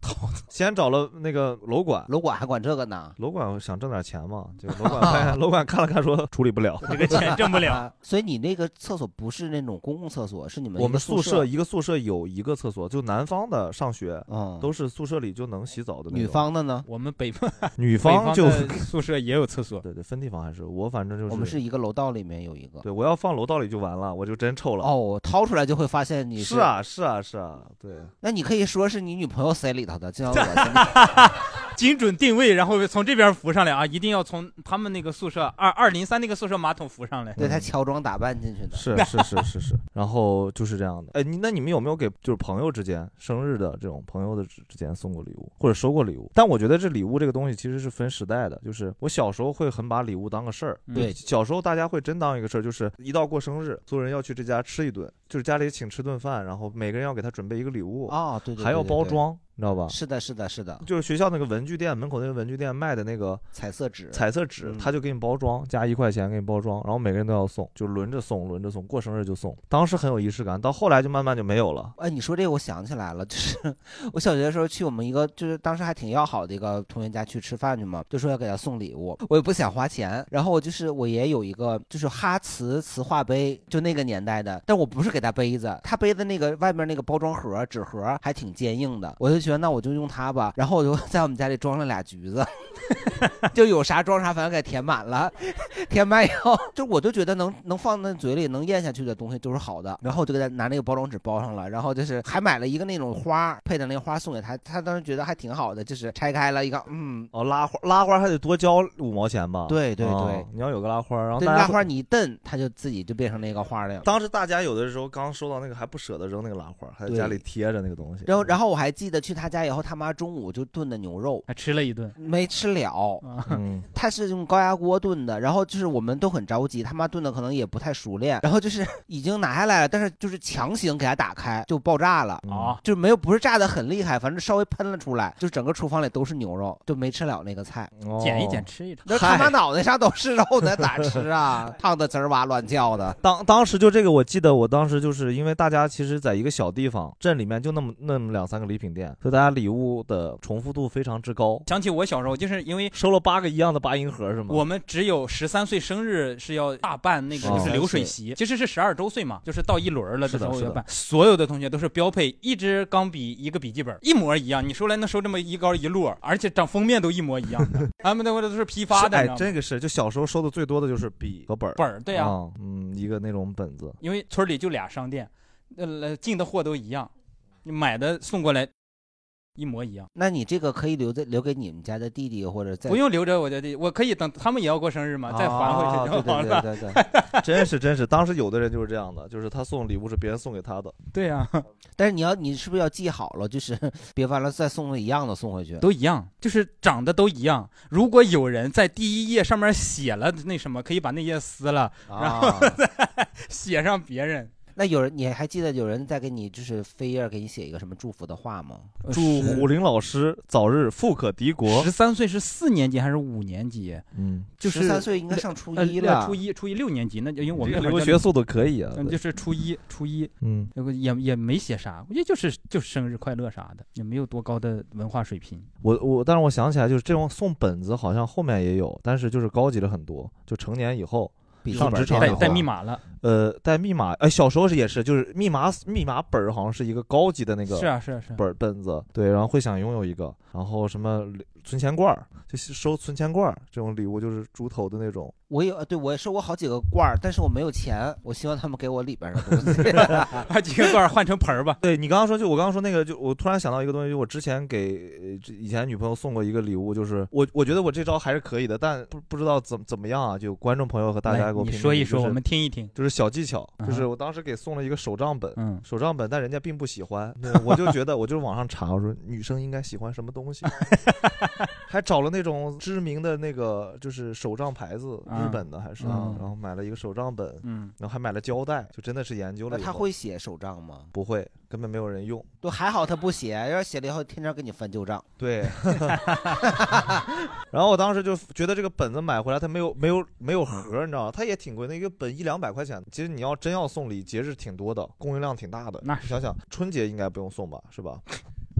先找了那个楼管，
楼管还管这个呢？
楼管想挣点钱 嘛，就楼管发现楼管看了看说处理不了，
这
个钱挣不
了。 所以你那个厕所不是那种公共厕所，是你们一
我们
个
宿
舍
舍一个宿舍有一个厕所，就南方的上学，
嗯，
都是宿舍里就能洗澡的那种。
女方的呢？
我们北方
女方就
北方的宿舍也有厕所，
对对，分地方还是我反正就是
我们是一个楼道里面有一个。
对，我要放楼道里就完了，我就真臭了。
哦，掏出来就会发现你
是啊，是啊，是啊，对。
那你可以说是你女朋友塞里头的，就像我
精准定位，然后从这边浮上来啊，一定要从他们那个宿舍二二零三那个宿舍马桶浮上来。
对他乔装打扮进去的。
嗯是是是是是，然后就是这样的。哎，你那你们有没有给就是朋友之间生日的这种朋友的之之间送过礼物或者收过礼物？但我觉得这礼物这个东西其实是分时代的，就是我小时候会很把礼物当个事儿，
对
小时候大家会真当一个事儿，就是一到过生日，所有人要去这家吃一顿，就是家里请吃顿饭，然后每个人要给他准备一个礼物
啊，对对
还要
对对
包
对
装，你知道吧？
是的，是的，是的，
就是学校那个文具店门口那个文具店卖的那个
彩色纸，
彩色纸
嗯，
他就给你包装，加一块钱给你包装，然后每个人都要送，就轮着送，轮着送，过生日就送。当时很有仪式感，到后来就慢慢就没有了。
哎，你说这个，我想起来了，就是 我小学的时候去我们一个，就是当时还挺要好的一个同学家去吃饭去嘛，就说要给他送礼物，我也不想花钱，然后我就是我爷有一个就是哈瓷瓷画杯，就那个年代的，但我不是给他杯子，他杯子那个外面那个包装盒纸盒还挺坚硬的，我就觉得那我就用它吧，然后我就 在我们家里装了俩橘子。 就有啥装啥，反正给填满了。 填满以后，就我就觉得能能放在嘴里能咽下去的东西都是好的。然后我就给他拿那个包装纸包上了，然后就是还买了一个那种花配的那个花送给他，他当时觉得还挺好的，就是拆开了一个，嗯，
哦，拉花拉花还得多交五毛钱吧？
对对
哦
对
你要有个拉花，然后
对
大家
拉
会
花你一蹬，它就自己就变成那个花了。
当时大家有的时候刚收到那个还不舍得扔那个拉花，还在
对
家里贴着那个东西。
然后，然后我还记得去他家以后，他妈中午就炖的牛肉，
还吃了一顿，啊
没吃了。
嗯，
他是用高压锅炖的，然后就是我们都很着急，他妈炖的可能也不太熟练，然后就是 已经拿下来了，但是就是强行给它打开就爆炸了，
啊，
就没有不是炸的很厉害，反正稍微喷了出来，就整个厨房里都是牛肉，就没吃了那个菜。
捡一捡吃一吃
那他妈脑袋上都是肉呢，咋吃啊？烫的滋儿哇乱叫的。
当当时就这个，我记得我当时就是因为大家其实在一个小地方镇里面就那么那么两三个礼品店，所以大家礼物的重复度非常之高。
想起我小时候，就是因为
收了八个一样的八音盒是吗？
我们只有十三岁生日是要大办那个
哦
就是流水席，其实是十二周岁嘛，就是到一轮了
是的
时候
是的
要办。所有的同学都是标配一支钢笔，一个笔记本，一模一样。你收来能收这么一高一摞，而且长封面都一模一样的。俺们那会儿都是批发
是
的，
哎
你，知道
这
吗？
个是就小时候收的最多的就是笔和本儿
本儿对啊
嗯，一个那种本子。
因为村里就俩商店，呃，进的货都一样，你买的送过来一模一样。
那你这个可以留在留给你们家的弟弟或者在
不用留着我的地，我可以等他们也要过生日嘛，再还回
哦
去就完了。
啊对对对对对，真是真是，当时有的人就是这样的，就是他送礼物是别人送给他的，
对啊呀、
但是你要你是不是要记好了，就是 别完了再送一样的送回去。
都一样，就是长得都一样。如果有人在第一页上面写了那什么，可以把那页撕了，然后再 写上别人。
那有人你还记得有人在给你就是飞页给你写一个什么祝福的话吗？
呃
祝虎林老师早日富可敌国。
十三岁是四年级还是五年级？
嗯，
就是
13岁应该上初
呃
一
呃
了
初一初一六年级，那就因为我们
这
那
个
会儿
留
叫
学速度可以啊
嗯，
对
就是初一初一，
嗯，
也也没写啥，估计就是就是生日快乐啥的，也没有多高的文化水平。
我我，但是我想起来，就是这种送本子好像后面也有，但是就是高级了很多，就成年以后
笔记
上
本
职场
带
以后
带密码了，
呃，带密码，哎，小时候是也是，就是密码密码本儿好像是一个高级的那个，
是啊是啊是啊
本儿本子，对，然后会想拥有一个，然后什么存钱罐儿，就是收存钱罐儿这种礼物，就是猪头的那种，
我有，呃对我也收过好几个罐儿，但是我没有钱，我希望他们给我里边的东西。
把几个罐儿换成盆儿吧。
对你刚刚说，就我刚刚说那个，就我突然想到一个东西，就我之前给呃以前女朋友送过一个礼物，就是我我觉得我这招还是可以的，但不不知道怎么怎么样啊，就观众朋友和大家
来
给我
你
评
说
评
一
理
说
就是
我们听一听嗯
就是小技巧，就是我当时给送了一个手账本，手账本，但人家并不喜欢，对我就觉得我就网上查，我说女生应该喜欢什么东西， 还找了那种知名的那个就是手账牌子，
啊
日本的还是，
嗯
然后买了一个手账本，
嗯，
然后还买了胶带，就真的是研究了
那
以
他
后。
会写手账吗？
不会，根本没有人用。
都还好他不写，要是写了以后天天给你翻旧账。
对， 然后我当时就觉得这个本子买回来，它没有没有没有盒儿，你知道吗？它也挺贵，那一个本一两百块钱。其实你要真要送礼，节日挺多的，供应量挺大的。那想想春节应该不用送吧，是吧？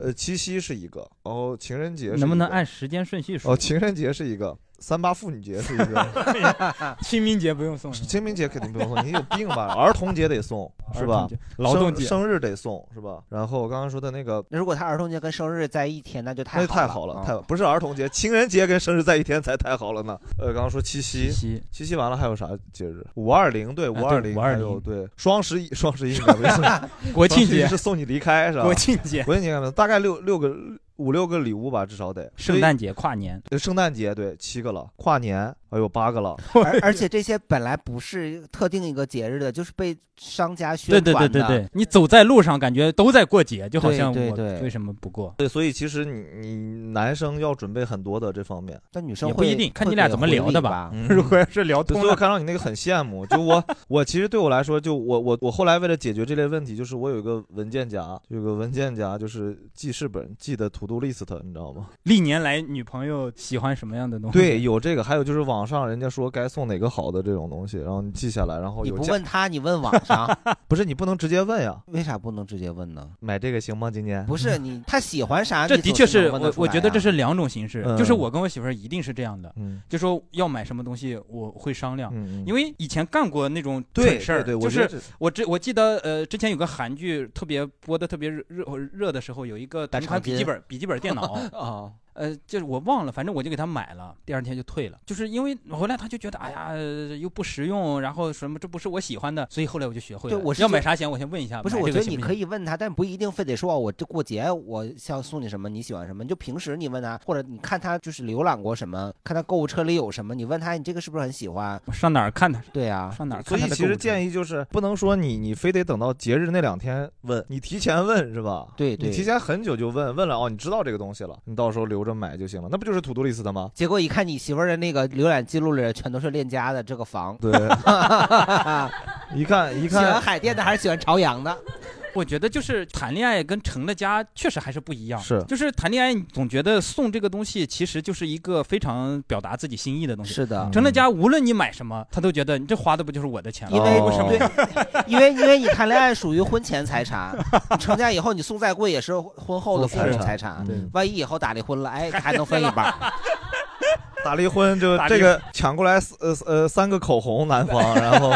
呃，七夕是一个，然后情人节是
能不
一
能
个
按时间顺序说？，
哦，情人节是一个，三八妇女节是一个
清明节不用送，
清明节肯定不用送，你有病吧？儿童节得送是
儿童
吧
节？劳动
生
节
生日得送是吧？然后我刚刚说的那个
那如果他儿童节跟生日在一天，那就
那
太
就 太好
好
了，嗯
了，嗯
太不是儿童节，情人节跟生日在一天才太好了呢。呃，刚刚说七夕，
七夕，啊
完了还有啥节日？五二零，对，五二零，
520
还有对，双十一，双十一应该没送
国庆
双
节
十一是送你离开是吧？
国庆节
国庆节大概六六个五六个礼物吧，至少得。
圣诞节跨年，
对，圣诞节对七个了，跨年哎呦八个 了，
而而且这些本来不是特定一个节日的，就是被商家宣
对
传
对
的。
对对对，你走在路上感觉都在过节，就好
对
像
对
我
对
为什么不过？
对，所以其实你你男生要准备很多的这方面，
但女
也不一定，看你俩怎么聊的吧。嗯
如
果要是聊
通了，所以我看到你那个很羡慕。就我，我其实对我来说，就我我我后来为了解决这类问题，就是我有一个文件夹，就有个文件夹就是记事本，记的 to do list，你知道 吗？
历年来女朋友喜欢什么样的东西？
对，有这个，还有就是网上人家说该送哪个好的这种东西，然后你记下来，然后
你
有
不
价
问他，你问网上，
不是你不能直接问呀？
为啥不能直接问呢？
买这个行吗？今年
不是你他喜欢啥，
这
你
的
总
确是
能问得
我，
出
我
来
觉得
啊
这是两种形式，
嗯
就是我跟我媳妇儿一定是这样的，
嗯
就说要买什么东西我会商量，
嗯嗯
因为以前干过那种
对
蠢事儿，
对对
就
我觉得
是
这
我之我记得呃之前有个韩剧特别播的特别热热热的时候，有一个同款笔记本笔记本 电脑
啊。
呃，就是我忘了，反正我就给他买了，第二天就退了，就是因为回来他就觉得，哎呀，呃又不实用，然后什么这不是我喜欢的，所以后来我就学会了，
对，我是
要
觉
买
得
啥前我先问一下，
不是，
买
我
这
觉
个
得
行
你
不
可
行
以问他，但不一定非得说哦我这过节我想送你什么，你喜欢什么，你就平时你问他，或者你看他就是浏览过什么，看他购物车里有什么，你问他哎你这个是不是很喜欢？
上哪儿看他？
对呀、
上哪儿
所以其实建议就是不能说你你非得等到节日那两天问，你提前问是吧？
对对
你提前很久就问，问了哦，你知道这个东西了，你到时候留着买就行了，那不就是 to do list 的吗？
结果一看你媳妇儿的那个浏览记录里全都是链家的这个房，
对一看哦一
喜欢
看
海淀的还是喜欢朝阳的？
我觉得就是谈恋爱跟成了家确实还是不一样，
是
就是谈恋爱你总觉得送这个东西其实就是一个非常表达自己心意的东西，
是的
成了家无论你买什么，他都觉得你这花的不就是我的钱吗？
因为
为什么？
对，因为因为你谈恋爱属于婚前财产，你成家以后你送再贵也是婚后的共
婚
同
财
财
产
产
嗯，
万一以后打离婚了，哎，还能分一半儿。
打离婚就
打离
这个抢过来四呃呃三个口红，男方，然后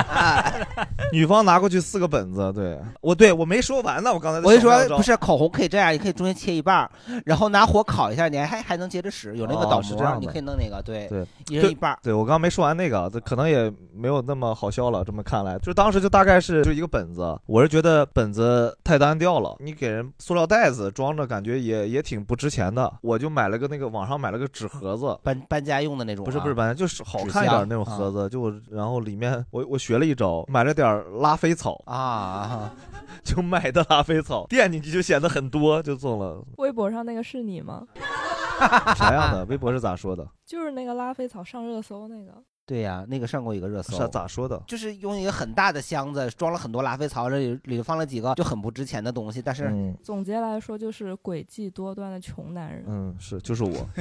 女方拿过去四个本子，对我对我没说完呢，我刚才
我就说
手上招
不是口红可以这样，你可以中间切一半儿，然后拿火烤一下，你还还能接着使，有那个
哦
倒
是
模
这样
儿，
的
你可以弄那个，对
对，
一人一半儿。
对我刚刚没说完那个，这可能也没有那么好笑了。这么看来，就当时就大概是就一个本子，啊我是觉得本子太单调了，你给人塑料袋子装着，感觉也也挺不值钱的。我就买了个那个网上买了个纸盒子，
搬搬家用的那种、啊
不是不是搬家，就是好
纸
看一点
箱
那种盒
啊
子。就我然后里面我我学了一招，买了点儿拉菲草
啊，
就买的拉菲草，垫进去就显得很多，就送了。
微博上那个是你吗？
啥样的？微博是咋说的？
就是那个拉菲草上热搜那个。
对呀、那个上过一个热搜，
是咋说的？
就是用一个很大的箱子装了很多拉菲草，这里里放了几个就很不值钱的东西，但是、
总结来说，就是诡计多端的穷男人。
嗯，是就是我，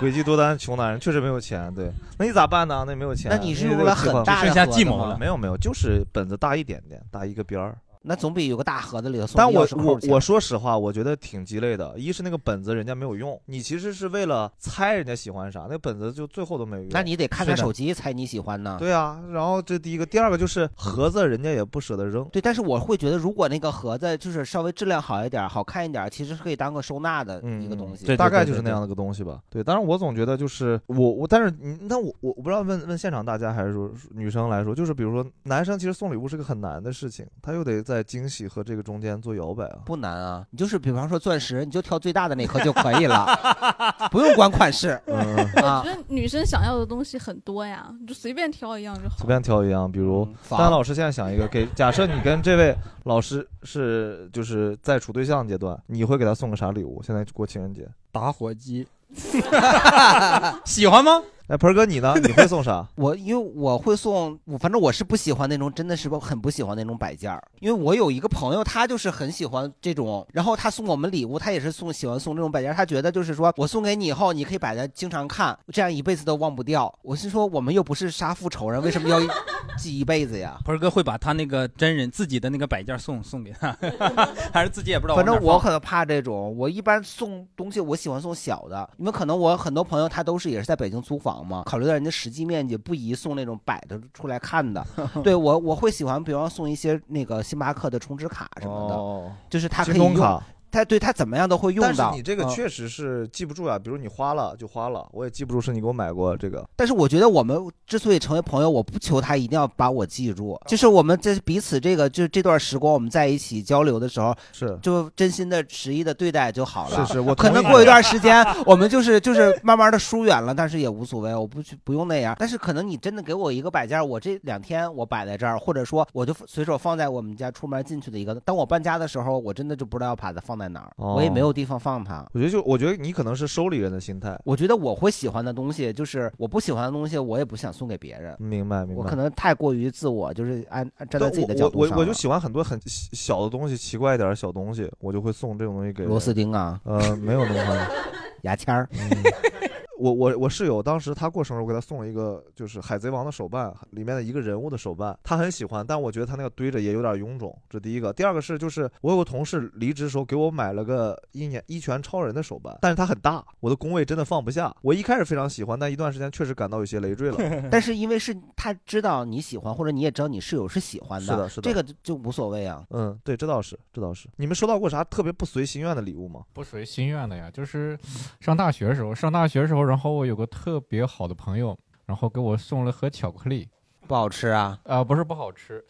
诡计多端穷男人，确实没有钱。对，那你咋办呢？那没有钱，
那你是
你
用
得
了
有计
很
划
大的剩下盒计子谋吗了
没有没有，就是本子大一点点，大一个边儿。
那总比有个大盒子里头送
但我
呃钥匙扣
我
儿强
我说实话，我觉得挺鸡肋的。一是那个本子人家没有用，你其实是为了猜人家喜欢啥，那本子就最后都没有用。
那你得看看手
机。
机才你喜欢呢。
对啊，然后这第一个，第二个就是盒子，人家也不舍得扔。
对，但是我会觉得，如果那个盒子就是稍微质量好一点儿、好看一点儿，其实是可以当个收纳的一个东西。
嗯大概就是那样的个东西吧。对，当然我总觉得就是我我，但是你那我我我不知道问问现场大家还是说女生来说，就是比如说男生其实送礼物是个很难的事情，他又得在惊喜和这个中间做摇摆啊。
不难啊，你就是比方说钻石，你就挑最大的那颗就可以了，不用管款式。
我
嗯
啊
觉，得女生想要的东西很多呀，你就随便挑一样就好。
随便挑一样，比如
嗯
丹老师现在想一个，给假设你跟这位老师是就是在处对象阶段，你会给他送个啥礼物？现在过情人节，
打火机， 喜欢吗？
哎，盆儿哥你呢？你会送啥？
我因为我会送，我反正我是不喜欢那种，真的是很不喜欢那种摆件儿。因为我有一个朋友，他就是很喜欢这种，然后他送我们礼物，他也是送喜欢送这种摆件儿。他觉得就是说我送给你以后，你可以摆在经常看，这样一辈子都忘不掉。我是说，我们又不是杀父仇人，为什么要 记一辈子呀？
盆儿哥会把他那个真人自己的那个摆件送送给他，还是自己也不知道往
反
哪
正
放。
我很怕这种，我一般送东西，我喜欢送小的，因为可能我很多朋友他都是也是在北京租房嘛，考虑到人家实际面积，不宜送那种摆的出来看 的。对我我会喜欢，比方送一些那个星巴克的充值卡什么的，
哦
就是他可以
京东
用
卡，
他对他怎么样都会用到。
但是你这个
嗯
确实是记不住啊呀、比如你花了就花了，我也记不住是你给我买过这个。
但是我觉得我们之所以成为朋友，我不求他一定要把我记住，就是我们这彼此这个就是这段时光我们在一起交流的时候，
是
就真心的实意的对待就好了。
是是我同
可
意
能
你
过一段时间，我们就是就是慢慢的疏远了，但是也无所谓，我不去不用那样。但是可能你真的给我一个摆件儿，我这两天我摆在这儿，或者说我就随手放在我们家出门进去的一个，当我搬家的时候，我真的就不知道要把它放在哪儿，
哦
我也没有地方放它。
我觉得就我觉得你可能是收礼人的心态，
我觉得我会喜欢的东西，就是我不喜欢的东西，我也不想送给别人。
明白明
我
白。
可能太过于自我，就是按按站在自己的
对
角
我
度
我
上
我就
了
喜欢很多很小小的东西，奇怪一点的小东西，我就会送这种东西给
螺丝钉啊，
呃，没有那么夸张，
牙签儿。。
嗯
我我我室友当时他过生日，我给他送了一个就是《海贼王》的手办，里面的一个人物的手办，他很喜欢，但我觉得他那个堆着也有点臃肿，这第一个。第二个是就是我有个同事离职的时候给我买了个一年一拳超人的手办，但是它很大，我的工位真的放不下。我一开始非常喜欢，但一段时间确实感到有些累赘了
但是因为是他知道你喜欢，或者你也知道你室友是喜欢
是的是的
这个就就无所谓啊。
嗯，对，这倒是，这倒是。你们收到过啥特别不随心愿的礼物吗？
不随心愿的呀，就是上大学的时候，上大学的时候，然后我有个特别好的朋友，然后给我送了盒巧克力，
不好吃啊？
啊、不是不好吃，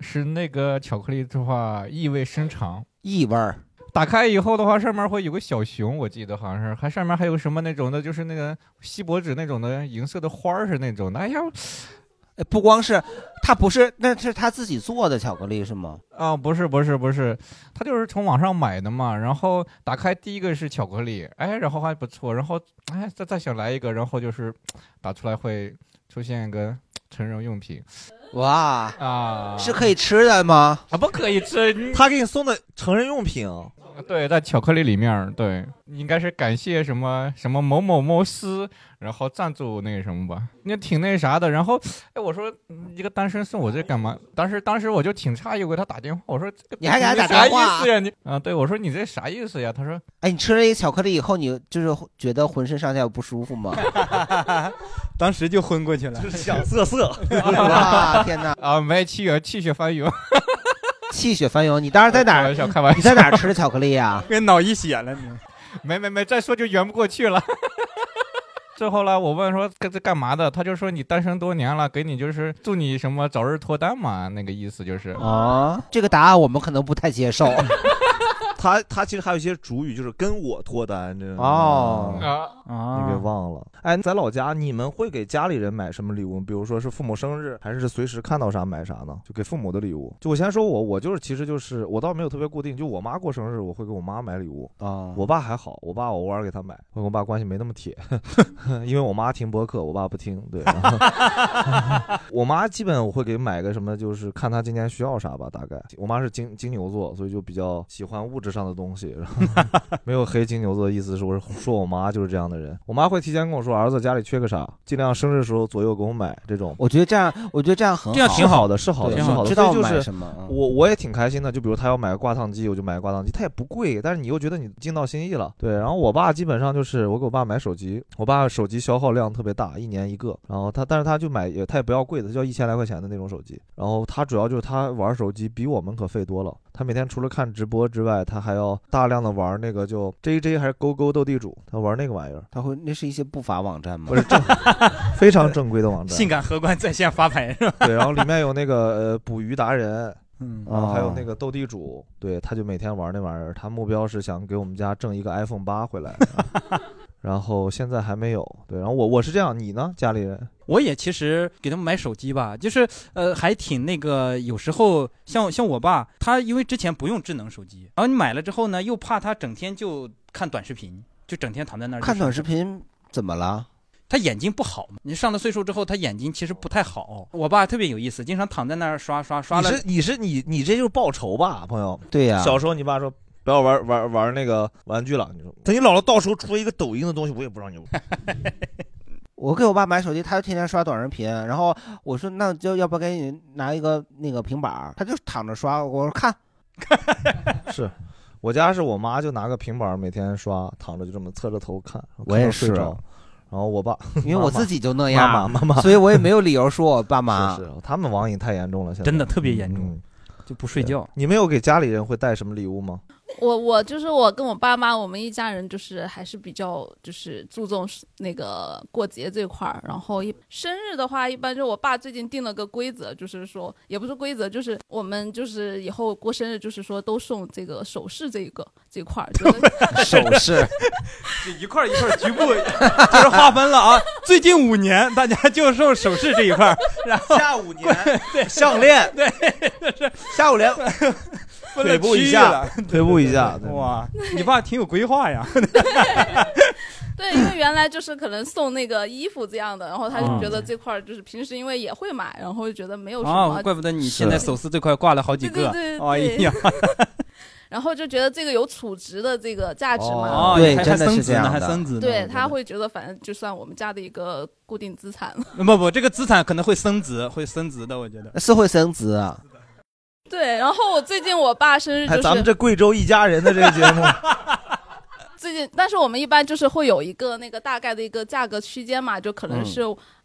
是那个巧克力的话意味深长，
异味儿。
打开以后的话，上面会有个小熊，我记得好像是，还上面还有什么那种的，就是那个锡箔纸那种的银色的花儿是那种的。哎呀，
哎不光是他不是，那是他自己做的巧克力是吗？
啊、不是不是不是，他就是从网上买的嘛。然后打开第一个是巧克力，哎，然后还不错，然后哎再再想来一个，然后就是打出来会出现一个成人用品。
哇
啊，
是可以吃的吗？
啊，不可以吃。
他给你送的成人用品，
对，在巧克力里面儿，对，应该是感谢什么什么某某某司，然后赞助那个什么吧，那挺那啥的。然后，哎，我说嗯一个单身送我这干嘛？当时当时我就挺诧异，我给他打电话，我说这个
你还给他
这
打
啥
电话
意思呀？你啊，对我说你这啥意思呀？他说
哎，你吃了一巧克力以后，你就是觉得浑身上下不舒服吗？
当时就昏过去了，
就是想瑟瑟
哇，天哪！
啊，没气血气血翻涌，
气血翻涌。你当时在哪
开
儿？
玩笑开玩笑
你在哪儿吃的巧克力啊呀、
跟脑溢血了你。
没没没，再说就圆不过去了。 最后呢，我问说这这干嘛的，他就说你单身多年了，给你就是祝你什么早日脱单嘛，那个意思就是
啊？这个答案我们可能不太接受。
他他其实还有一些主语，就是跟我脱单这种
哦
啊
你别忘了，哎，在老家你们会给家里人买什么礼物？比如说是父母生日，还是随时看到啥买啥呢？就给父母的礼物。就我先说我，我就是其实就是我倒没有特别固定，就我妈过生日我会给我妈买礼物
啊，
我爸还好，我爸我偶尔给他买，我跟我爸关系没那么铁， 因为我妈听播客，我爸不听， 对。我妈基本我会给买个什么，就是看她今年需要啥吧，大概。我妈是金金牛座，所以就比较喜欢物质上的东西。然后 没有黑金牛座的意思是，我是说我妈就是这样的人。我妈会提前跟我说，儿子家里缺个啥，尽量生日时候左右给我买这种。
我觉得这样，我觉得这样很
这样挺好的，是好的，是好的。
知道
所以就
买
是
什么。嗯
我我也挺开心的。就比如他要买个挂烫机，我就买个挂烫机，它也不贵，但是你又觉得你尽到心意了。对，然后我爸基本上就是我给我爸买手机，我爸手机消耗量特别大，一年一个。然后他，但是他就买也他也不要贵的，就要一千来块钱的那种手机。然后他主要就是他玩手机比我们可费多了。他每天除了看直播之外，他还要大量的玩那个就 J J 还是勾勾斗地主，他玩那个玩意儿。
他会那是一些不法网站吗？
不是正非常正规的网站，
性感荷官在线发牌是吧？
对，然后里面有那个呃捕鱼达人，
嗯
然后还有
哦
那个斗地主，对，他就每天玩那玩意儿，他目标是想给我们家挣一个 iPhone 八回来， 啊然后现在还没有，对，然后我我是这样，你呢，家里人？
我也其实给他们买手机吧，就是呃，还挺那个。有时候像像我爸，他因为之前不用智能手机，然后你买了之后呢，又怕他整天就看短视频，就整天躺在那儿就
看
是
短视频怎么了？
他眼睛不好嘛。你上了岁数之后，他眼睛其实不太好。我爸特别有意思，经常躺在那儿刷刷刷
你
了。
是你是你你这就是报仇吧，朋友？
对呀
小时候你爸说不要玩玩玩那个玩具了，你说等你老了到时候出一个抖音的东西，我也不让你玩。
我给我爸买手机，他就天天刷短视频。然后我说那就要不给你拿一个那个平板儿，他就躺着刷。我说看，
是我家是我妈就拿个平板儿每天刷，躺着就这么侧着头看，
我也
看到睡
是
着然后我爸，
因为
妈
我
妈
自己就那样
妈妈妈妈，
所以我也没有理由说我爸妈
是是，他们网瘾太严重了，现在
真的特别严
重，
就不睡觉。
你们有给家里人会带什么礼物吗？
我我就是我跟我爸妈，我们一家人就是还是比较就是注重是那个过节这块儿。然后一生日的话，一般就我爸最近定了个规则，就是说也不是规则，就是我们就是以后过生日就是说都送这个首饰这一个这一块儿，就是
手势，
这一块儿一块儿局部 就是划分了啊。最近五年大家就受首饰这一 块儿，然后
下五年
对
项链
对，
下五年
分了
退步一
区域
下
了
退步一下
对对
对
对哇，你爸挺有规划呀。
对，因为原来就是可能送那个衣服这样的，然后他就
嗯
觉得这块儿就是平时因为也会买，然后就觉得没有什么
啊，怪不得你现在手撕这块挂了好几个
对对对，对
哎呀，
然后就觉得这个有储值的这个价值嘛。
哦
对
还
真的
还
是
升值
这
呢
样的
还升值呢
对他会觉得反正就算我们家的一个固定资产了。
不不，这个资产可能会升值，会升值的，我觉得。
是会升值啊。
对，然后我最近我爸生日就
哎，
是
咱们 这贵州一家人的这个节 目，
最近，但是我们一般就是会有一个那个大概的一个价格区间嘛，就可能
嗯
是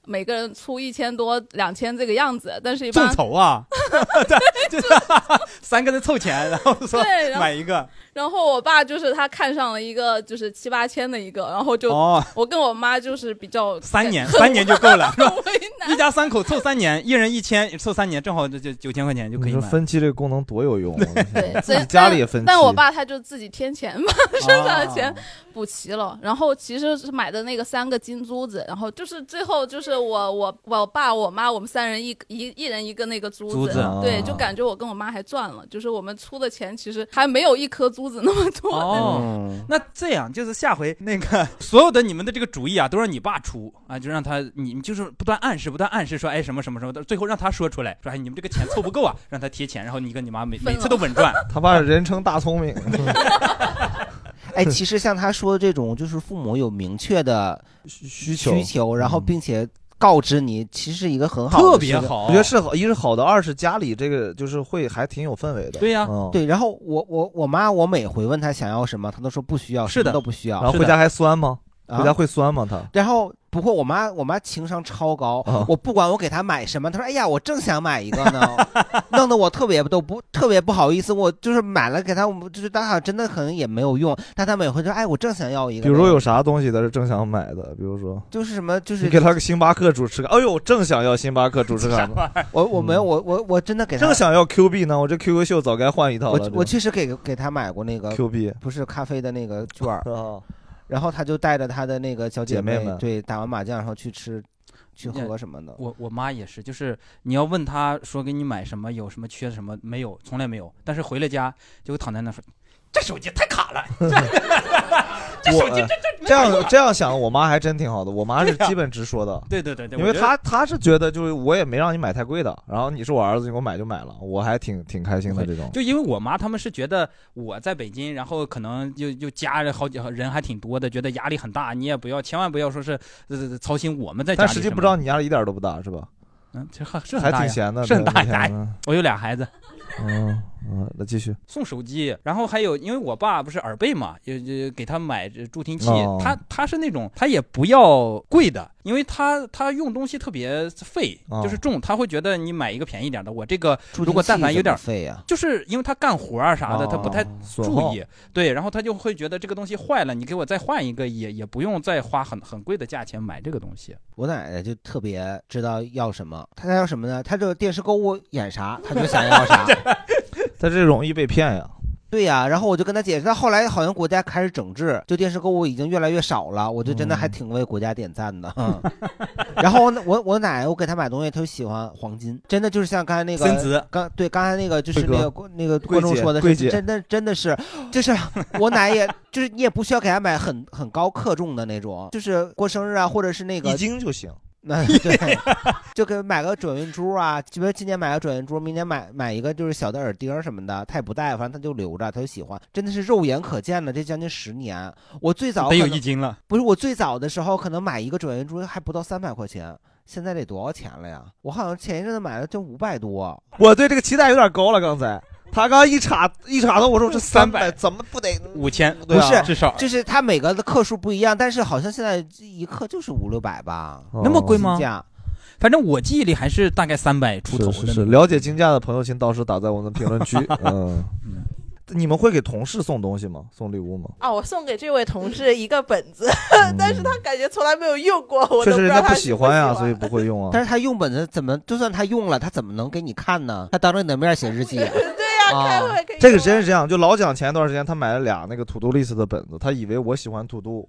每个人出一千多、两千这个样子，但是一 般
众 筹啊，对，就是三个人凑钱，然后说
对然后
买一个，
然后我爸就是他看上了一个就是七八千的一个，然后就、
哦
我跟我妈就是比较
三 年
很
三年就够了，是吧？一家三口凑三年，一人一千，凑三年正好就就九千块钱就可
你
以
说
买。
分期这个功能多有用 啊，
对，所以
你家里也分期，
但我爸他就自己添钱嘛， 身上的
哦
钱补齐了。然后其实是买的那个三个金珠子，然后就是最后就是我我我爸我妈我们三人一一一人一个那个珠子，
珠子
对，
哦
就感觉我跟我妈还赚了，就是我们出的钱其实还没有一颗珠子那嗯么多。
哦，那这样就是下回那个 所有的你们的这个主意啊，都让你爸出啊，就让他你你就是不断暗示，不断暗示说，哎什么什么什么，最后让他说出来，说哎你们这个钱凑不够啊，让他贴钱，然后你跟你妈每每次都稳赚。
他爸人称大聪明，
哎，其实像他说的这种，就是父母有明确的
需
求，需求，然后并且告知你，其实是一个很好的事情
我觉得是好，一是好的，二是家里这个就是会还挺有氛围的。嗯
对。然后我我我妈，我每回问她想要什么，她都说不需要，
是的
什么都不需要。
然后回家还酸吗？
啊
回家会酸吗？他
然后不过我妈，我妈情商超高，
啊
我不管我给她买什么，她说：“哎呀，我正想买一个呢， 弄得我特别都不特别不好意思。我就是买了给她，我就是当下真的可能也没有用，但她每回说：‘哎，我正想要一个。’
比如说有啥东西他是正想买的，比如说
就是什么就是
你给他个星巴克主持卡，哎呦，我正想要星巴克主持 卡呢，
我我没有我我我真的给她
正想要 Q 币呢，我这 QQ 秀早该换一套了
我。我确实给给他买过那个
Q 哦币，
不是咖啡的那个券 儿，然后他就带着他的那个小姐
姐妹们
对，打完麻将然后去吃去喝什么的。
我我妈也是，就是你要问她说给你买什么，有什么缺什么没有，从来没有。但是回了家就躺在那说，这手机太卡了，
这手机这呃这
哎
这样这样想，我妈还真挺好的，我妈是基本直说的。
对对对对，
因
我
为
觉得
她她是觉得就是我也没让你买太贵的，然后你是我儿子，你给我买就买了，我还挺挺开心的这种。
就因为我妈他们是觉得我在北京，然后可能就就家人好几人还挺多的，觉得压力很大，你也不要千万不要说是呃操心我们在家
但
里。
实际不知道，你压力一点都不大，是吧？
嗯，这还
这还挺闲的，
是很大
这
压
两
力
天。
我有俩孩子，
嗯嗯，那继续。
送手机，然后还有，因为我爸不是耳背嘛，也也给他买这助听器，
哦
他他是那种他也不要贵的，因为他他用东西特别费，
哦
就是重，他会觉得你买一个便宜点的，我这个
助听器
如果但凡有点
怎么费
啊
啊呀
就是因为他干活啊啥的，
哦
他不太
损
注
耗
意，对，然后他就会觉得这个东西坏了，你给我再换一个，也也不用再花很很贵的价钱买这个东西。
我奶奶就特别知道要什么，她要什么呢？她就电视购物演啥，她就想要 啥。
她这容易被骗呀。
对呀、然后我就跟她解释，但后来好像国家开始整治，就电视购物已经越来越少了，我就真的还挺为国家点赞的。嗯， 然后我我我奶奶，我给她买东西，她就喜欢黄金，真的就是像刚才那个
升值
刚对刚才那个就是那
贵
个
哥
观那个
贵
观众
姐
说的
贵
是，
姐
真的真的是，就是我奶也就是你也不需要给她买很很高克重的那种，就是过生日啊，或者是那个
一斤就行。
那 对，就给买个转运珠啊，就比如今年买个转运珠，明年买买一个就是小的耳钉儿什么的，他也不戴，反正他就留着，他就喜欢，真的是肉眼可见的，这将近十年。我最早
得有
可能
一斤了，
不是我最早的时候，可能买一个转运珠还不到三百块钱，现在得多少钱了呀？我好像前一阵子买了就五百多，
我对这个期待有点高了，刚才他刚一查一查到，我说这三百怎么不得？
五千
对啊
不是
至少
就是它每个的克数不一样，但是好像现在一克就是五六百吧，
那么贵吗
金价
反正我记忆里还是大概三百出头的
是是，了解金价的朋友，请到时打在我们的评论区。嗯， 你们会给同事送东西吗？送礼物吗？
啊，我送给这位同事一个本子，但是他感觉从来没有用过，
嗯
我
确
都不
实
知
人
道
家
他
不喜欢呀，所以不会用啊。
但是他用本子怎么，就算他用了，他怎么能给你看呢？他当着你的面写日记、啊。
对
呀、开
会
这个真是这样，就老蒋前一段时间他买了俩那个 to do list 的本子，他以为我喜欢 to do，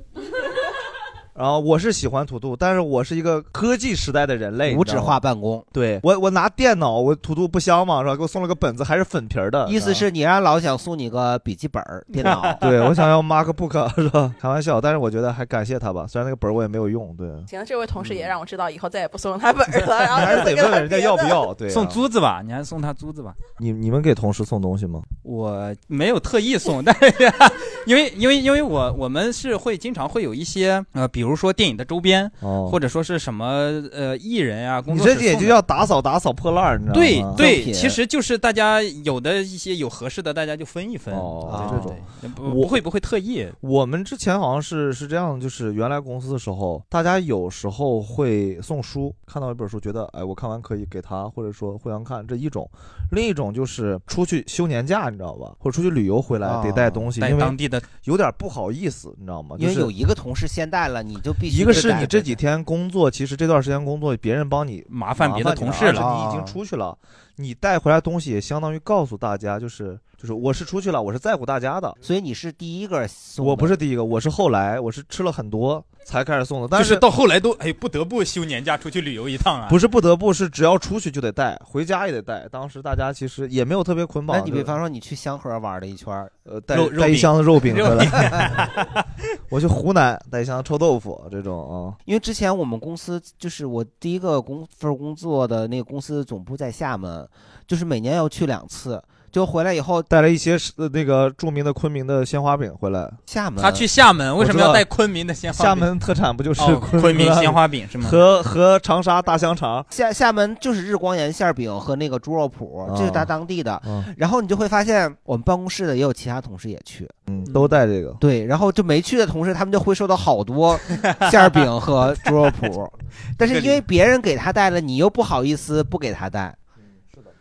然后我是喜欢土兔，但是我是一个科技时代的人类，
无纸化
办公。对我，我拿电脑，我土兔不香嘛，是吧？给我送了个本子，还是粉皮儿的。
意思
你知道吗，
是你让老想送你个笔记本儿、电脑
对我想要 MacBook 是吧？开玩笑，但是我觉得还感谢他吧，虽然那个本儿我也没有用。对，
行，这位同事也让我知道以后再也不送他本儿了， 然后
嗯还是得
就给他
问问人家
别的
要不 要。对、啊
送珠子吧，你还送他珠子吧。
你你们给同事送东西吗？
我没有特意送，但是 因为因为因为我我们是会经常会有一些呃，比如说电影的周边，
哦
或者说是什么呃艺人啊，工
你
作室
这也
送
就
的
叫打扫打扫破烂儿，你知道吗？
对对，其实就是大家有的一些有合适的，大家就分一分。
哦，
对
这种
对不不会不会特意。
我们之前好像是是这样，就是原来公司的时候，大家有时候会送书，看到一本书，觉得哎，我看完可以给他，或者说互相看，这一种；另一种就是出去休年假，你知道吧？或者出去旅游回来、
啊
得带东西，
带
因为
当地
的
有点不好意思，你知道吗？
因为
就是
有一个同事先带了，你就必须
一个
得
是
带
你这几天工作，其实这段时间工作别人帮你
麻
烦别的
你
同事了
而且你已经出去了，你带回来东西也相当于告诉大家，就是就是我是出去了，我是在乎大家的。
所以你是第一个送，
我不是第一个，我是后来，我是吃了很多才开始送的，但
就是到后来都哎不得不休年假出去旅游一趟啊。
不是不得不，是只要出去就得带，回家也得带。当时大家其实也没有特别捆绑。
那你比方
说
说你去香河玩了一圈，
呃，带带一箱子肉饼回来， 我去湖南带一箱子臭豆腐这种啊。
因为之前我们公司就是我第一个工份工作的那个公司总部在厦门，就是每年要去两次，就回来以后
带了一些是呃那个著名的昆明的呃鲜花饼回来。
厦门
他去厦门为什么要带昆明的鲜
鲜
花饼
厦门特产不就是
哦昆明
的
鲜花饼是吗
和和长沙大香肠。
厦厦门就是日光盐馅饼和那个猪肉脯，
啊
这是他当地的。然后你就会发现，我们办公室的也有其他同事也去，
嗯，都带这个。
对，然后就没去的同事，他们就会收到好多 馅饼和猪肉脯， 但是因为别人给他带了，你又不好意思不给他带，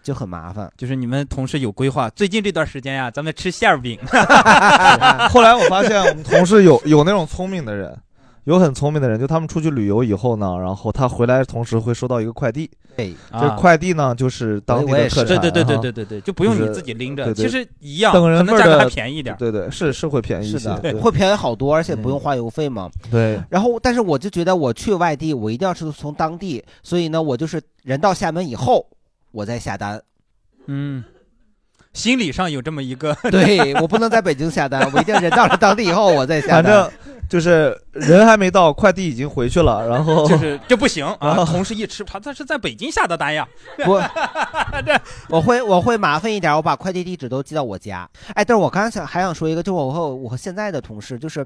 就很麻烦。
就是你们同事有规划，最近这段时间呀、咱们吃馅儿饼。
后来我发现我们 同事有有那种聪明的人，有很聪明的人，就他们出去旅游以后呢，然后他回来同时会收到一个快递。
对
这快递呢就是当地的特
啊对
产。
对对对
啊
对对对，就不用
是
你自己拎着，
对对
其实一样，
等
可
人
能
味
价
儿
格
的
还便宜一点。
对对，是是会便宜一
是
些，
的
对，嗯
会便宜好多，而且不用花邮费嘛。
对。
然后，但是我就觉得我去外地，我一定要是从当地，所以呢，我就是人到厦门以后，我再下单。
嗯，心理上有这么一个，
对我不能在北京下单，我一定人到了当地以后我再下单。
反正就是人还没到，快递已经回去了，然后
就是这不行
然
啊！
后
同事一吃，他他是在北京下的单呀。
我我会我会麻烦一点，我把快递地址都寄到我家。哎，但是我刚才想还想说一个，就我和我和现在的同事，就是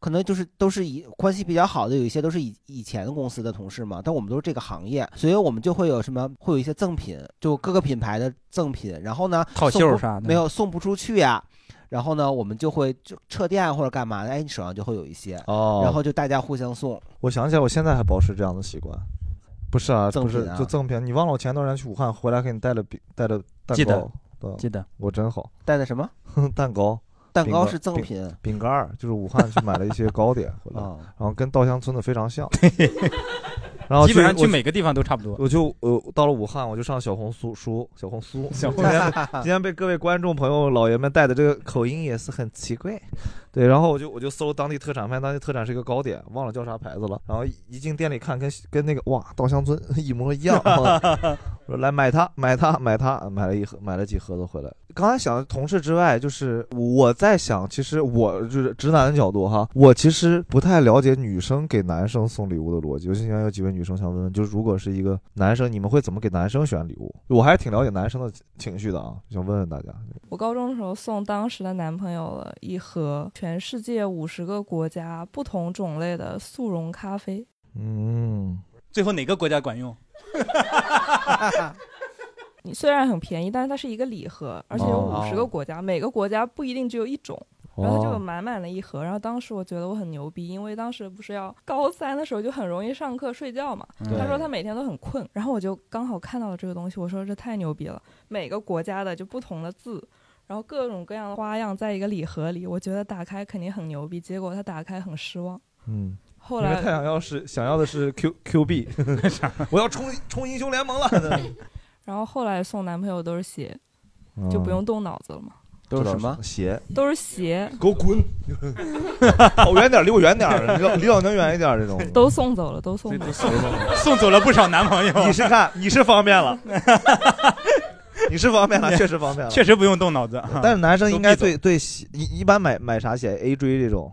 可能就是都是以关系比较好的，有一些都是以以前公司的同事嘛，但我们都是这个行业，所以我们就会有什么会有一些赠品，就各个品牌的赠品，然后呢
套
送不
袖啥的
没有送不出去呀、啊然后呢，我们就会就撤店或者干嘛的，哎，你手上就会有一些，
哦
然后就大家互相送，
我想起来，我现在还保持这样的习惯。不是啊，
赠
不是
品啊
就赠品。你忘了我前段时间去武汉回来给你带了饼，带了蛋
记得
糕，对
记得
我真好。
带的什么？
蛋糕，
蛋
饼
糕
干
是赠
饼
品
饼干儿就是武汉去买了一些糕点回 来，
哦
然后跟稻香村的非 常像。然后
基本上
我
去每个地方都差不多
我就呃到了武汉，我就上小红书书小红书。
小红
今天今天被各位观众朋友老爷们带的这个口音也是很奇怪。对，然后我就我就搜当地特产，发现当地特产是一个糕点，忘了叫啥牌子了。然后一一进店里看，跟跟那个哇稻香村 一模一样。啊 我说来买它，买它，买它，买了一盒，买了几盒子回来。刚才想同事之外，就是我在想，其实我就是直男的角度哈，我其实不太了解女生给男生送礼物的逻辑。尤其像有几位女生想问问，就是如果是一个男生，你们会怎么给男生选礼物？我还是挺了解男生的情绪的啊，想问问大家。
我高中的时候送当时的男朋友了一盒全世界五十个国家不同种类的速溶咖啡。
嗯，
最后哪个国家管用？
你虽然很便宜，但是它是一个礼盒，而且有
哦
五十个国家，每个国家不一定只有一种。
哦
然后就满满的一盒，然后当时我觉得我很牛逼，因为当时不是要高三的时候就很容易上课睡觉嘛。
嗯
对
他说他每天都很困，然后我就刚好看到了这个东西，我说这太牛逼了，每个国家的就不同的字，然后各种各样的花样在一个礼盒里，我觉得打开肯定很牛逼，结果他打开很失望。
嗯，
后
因
来
为他想要是想要的是 Q Q B，我要冲冲英雄 联盟了。
然后后来送男朋友都是写，就
哦
不用动脑子了嘛。
都
是什么
鞋？
都是鞋，
给我 滚！跑远点，离我远点儿，离老离老娘远一点儿这种。
都送走了，都送走了，
送走了不少男朋友。
你是看你是方便了， 你是方便 了，确实方便了，
确实不用动脑子。
但是男生应该对对鞋一一般买买啥鞋？A 锥这种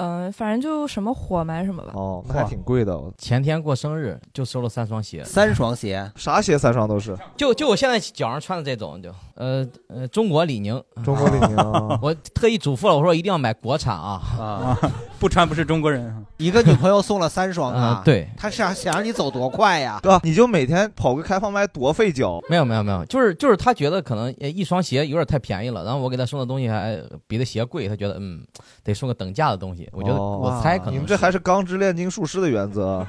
嗯、反正就什么火买什么吧。
哦，那还挺贵的。
前天过生日就收了三双鞋，
三双鞋，
啥鞋啊三双都是。
就就我现在脚上穿的这种，就呃呃，中国李宁，
中国李宁
我特意嘱咐了，我说一定要买国产啊
啊，不穿不是中国人。
一个女朋友送了三双啊
啊，对，
她是想想让你走多快呀？
哥，你就每天跑个开放麦多费哦脚。
没有没有没有， 就是就是他觉得可能呃一双鞋有点太便宜了，然后我给他送的东西还呃比这鞋贵，他觉得嗯得送个等价的东西。我觉得、
哦
我猜可能
你们这还是钢之炼金术师的原则， 啊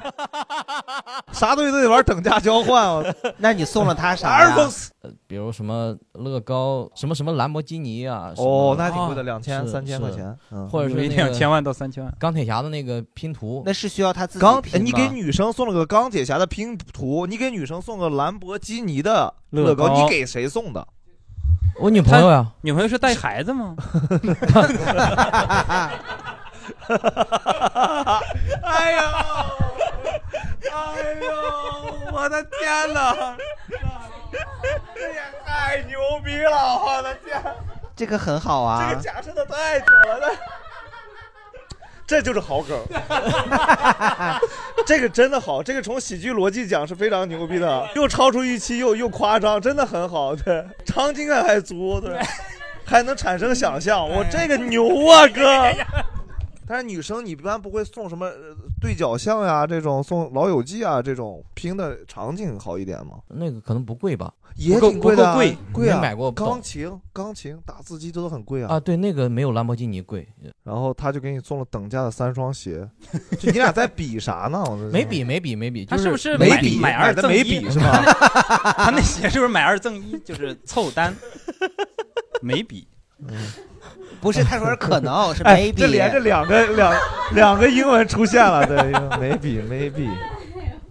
啥东西都得玩等价交换哦。
那你送了他
啥 呀 Airbus
呃比如什么乐高，什么什么兰博基尼啊，什么
哦那还挺贵的
啊
2000
是
3000
是
块钱嗯
或者是
有一
那个
2000万
到三千万。
钢铁侠的那个拼图，呃
那是需要他自
钢，你给女生送了个钢铁侠的拼图，你给女生送个兰博基尼的乐
乐
高，
高
你给谁送的？
我女朋友呀，
女朋友是带孩子 吗？
哎呦，哎呦，我的天哪！ 这也太牛逼了，我的天！
这个很好啊
这个。假设的太准了，
这就是好梗， 这个真的好，这个从喜剧逻辑讲是非常牛逼的，又超出预期，又又夸张，真的很好，对，场景感还足，对，还能产生想象，我这个牛啊，哥！但是女生你一般不会送什么呃对角巷呀这种，送老友记啊这种拼的场景好一点吗？
那个可能不贵吧，
也
不够
挺贵的啊
不够贵，
贵啊
没买过不懂
钢琴、钢琴、打字机这都很贵啊。
啊，对，那个没有兰博基尼贵，呃
然后他就给你送了等价的三双鞋，就你俩在比啥呢？我
没比没比没比，
他
就是
不是
没
买
比
买
买
二
的
赠
没
一
比 是吧？
他那鞋是不是买二赠一，就是凑单？没比，
不是，他说是可 能，是
嗯哎
maybe。
这连着两个两两个英文出现了，对，没比没比。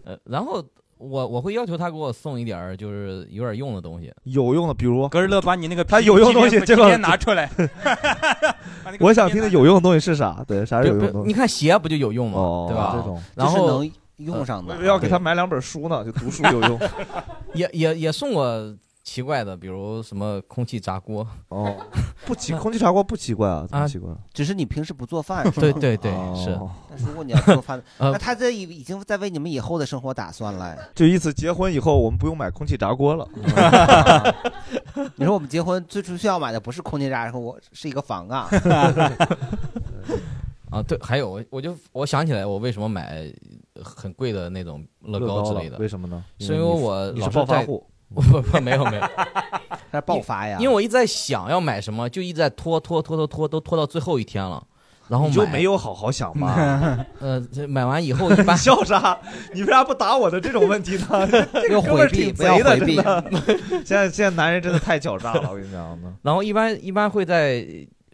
呃，然后我我会要求他给我送一点儿就是有点用的东西，
有用的，比如
格日乐把你那个
他有用东西，
今
结果
天拿出 来，把那个
我想听的有用的东西是啥？对，啥是有用的
不
东
是
西？
你看鞋不就有用吗？
哦
对吧？
这种
然
就是
后呃
能用上的我以为要给他买两本书呢，就读书有用。
也也也送我奇怪的，比如什么空气炸锅。
哦， 不奇，空气炸锅不奇怪啊，怎么
啊
奇怪？
只是你平时不做饭，是吧
对对对
哦，
是。，
但是如果你要做饭
呃
那他这已已经在为你们以后的生活打算了。哎
就意思结婚以后我们不用买空气炸锅了。
你说我们结婚最初需要买的不是空气炸锅，我是一个房啊。
啊， 对，还有我我就我想起来，我为什么买很贵的那种乐
乐
高
高
之
了
类的？
为什么呢
是
因
因为
为你
我
你
老
是暴发
在
户
不不不，没有没有，
他爆发呀
因为我一直在想要买什么，就一直在拖拖拖拖拖，都拖到最后一天了，然后
你就
买
没有好好想吧？
呃，这买完以 后一般
笑啥？ 你为啥不答我的这种问题 呢？这个哥们儿挺贼的， 真的。 现在现在男人真的太狡诈了，我跟你讲呢。
然后一般一般会在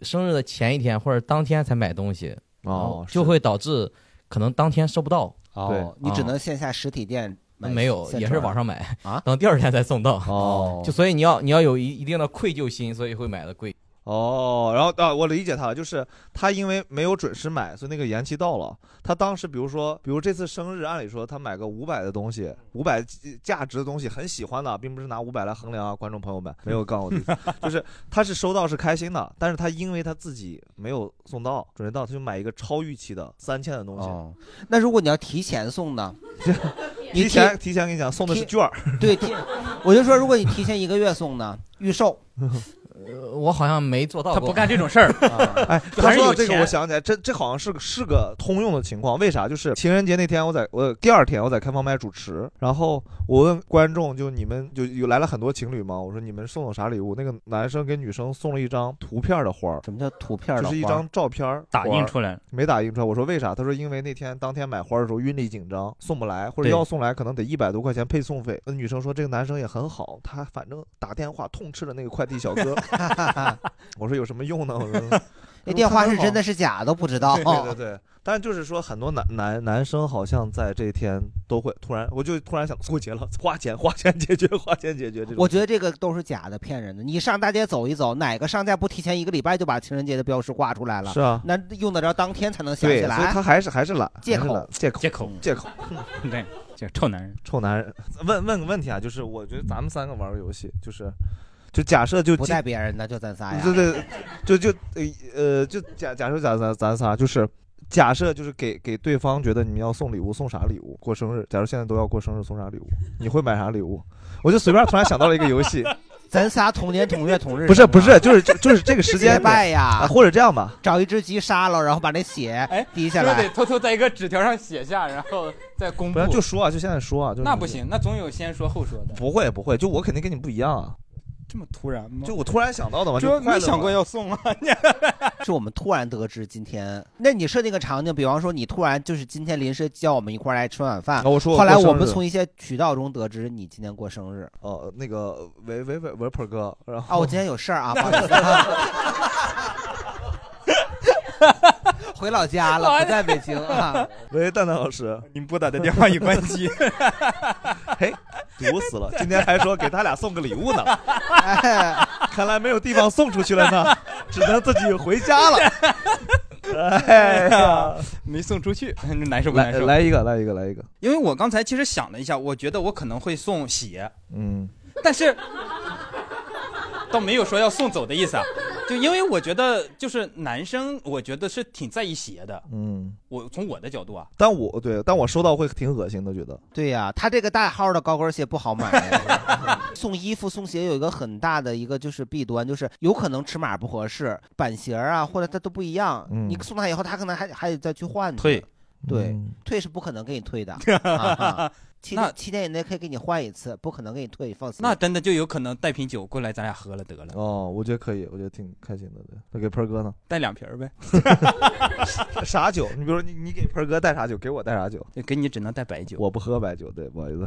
生日的前一天或者当天才买东西，
哦
然后就会导致可能当天收不到。
哦，你只
啊
能线下实体店买。
没有，也是网上买
啊，
等第二天才送到。
哦
就所以你要你要有一一定的愧疚心，所以会买的贵。
哦，然后啊，我理解他了，就是他因为没有准时买，所以那个延期到了。他当时比如说，比如这次生日，按理说他买个五百的东西，五百价值的东西，很喜欢的，并不是拿五百来衡量啊，观众朋友们，没有杠我的意思，就是他是收到是开心的，但是他因为他自己没有送到准时到，他就买一个超预期的三千的东西。
哦那如果你要提前送 呢？你
提前提前跟你讲，送的是
提
券儿。
对，提我就说，如果你提前一个月送呢，预 售。
呃，我好像没做到
他不过干这种 事儿哎，他
还是
说到
有
这个，
钱
我想起来，这这好像是个是个通用的情况。为啥？就是情人节那天，我在我第二天我在开放麦主持，然后我问观众，就你们就有来了很多情侣嘛，我说你们送我啥礼物？那个男生给女生送了一张图片的花儿。
什么叫图片的
就是一
花儿
张照片儿
打
花
印
儿
出来，
没打印出来。我说为啥？他说因为那天当天买花儿的时候运力紧张，送不来，或者
对
要送来可能得一百多块钱配送费。那女生说这个男生也很好，他反正打电话痛斥了那个快递小 哥。 我说有什么用呢？我说
那电话是真的是假的不知道
对对对对，但就是说，很多男男男生好像在这一天都会突然，我就突然想过节了，花钱花钱解决，花钱解决这种。
我觉得这个都是假的，骗人的。你上大街走一走，哪个商家不提前一个礼拜就把情人节的标识挂出来了？
是啊
那用得着当天才能想
对，
起
所以
来。
他还是还是懒，
借
还是
口
懒借口借口借口。
对，这臭男人，
臭男人。问问个问题啊，就是我觉得咱们三个玩个游戏，就是就假 设就
不带别人的，就咱仨呀。
对对，就就呃就假假设假咱咱仨就是假设就是给给对方觉得你们要送礼物送啥礼物过生日，假如现在都要过生日送啥礼物，你会买啥礼物？我就随便突然想到了一个游戏，
咱仨同年同月同日，
不是不是，就是就就是这个时 间
结啊拜呀
啊或者这样吧，
找一只鸡杀了，然后把那血滴下
是不是
来
得。偷偷在一个纸条上写下，然后再公
不
布？
然就说啊，就现在说啊，就是
那不行，那总有先说后说的。
不会不会，就我肯定跟你不一样啊，
这么突然吗？
就我突然想到的嘛，
就
就快乐
没想
嘛
过要送啊。
是我们突然得知今天。那你设定个场景，比方说你突然就是今天临时叫我们一块儿来吃晚饭，
啊我说我
后来
过生
我们
日
从一些渠道中得知你今天过生日。
哦，那个喂喂喂喂，鹏哥，然后
啊，我今天有事儿 啊，不好意思啊回老家 了，不在北京啊。
喂，蛋蛋老师，
你拨打的电话已关机。
嘿，毒死了！今天还说给他俩送个礼物呢，哎看来没有地方送出去了呢，只能自己回家了。哎呀，
没送出去，难受不
来
难受？
来一个，来一个，来一个。
因为我刚才其实想了一下，我觉得我可能会送鞋，
嗯，
但是倒没有说要送走的意思啊。就因为我觉得，就是男生，我觉得是挺在意鞋的。
嗯，
我从我的角度啊，
但我对，但我收到会挺恶心的，觉得。
对呀、他这个大号的高跟鞋不好买 呀。送衣服、送鞋有一个很大的一个就是弊端，就是有可能尺码不合适，版型啊或者它都不一样。
嗯
你送他以后，他可能还还得再去换呢。
退，
对，退是不可能给你退的。啊七
那
七天以内可以给你换一次，不可能给你退，放心。
那真的就有可能带瓶酒过来，咱俩喝了得了，
哦，我觉得可以，我觉得挺开心的。对，那给鹏哥呢？
带两瓶儿呗。
啥酒？你比如说你你给鹏哥带啥酒，给我带啥酒？
给你只能带白酒。
我不喝白酒，对，不好意思。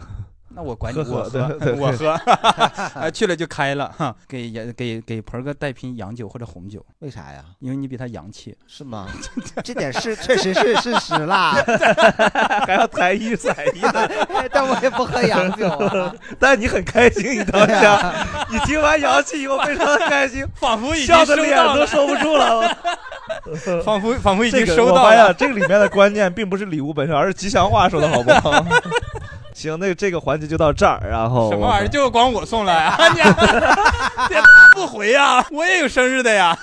那我管你，
喝
我
喝对对
喝，
对
我喝， 哎，去了就开了哈。给也给给盆儿哥带瓶洋酒或者红酒，
为啥呀？
因为你比他洋气，
是吗？ 这点是确实是事实啦 哎
还要才艺才艺 的
但我也不喝洋酒啊。
但你很开心，你当
对
下，你听完洋气以后 非常的开心，
仿佛已经
笑的
收
脸
到
都
了
收不住 了。
仿佛仿佛已经
这个
收
我
到
发现
了
这个里面的关键并不是礼物本身，而是吉祥话说的好不好？ 行，那这个环节就到这儿，然后
什么玩意儿
我
就光我送 了呀？你别不回呀？我也有生日的呀。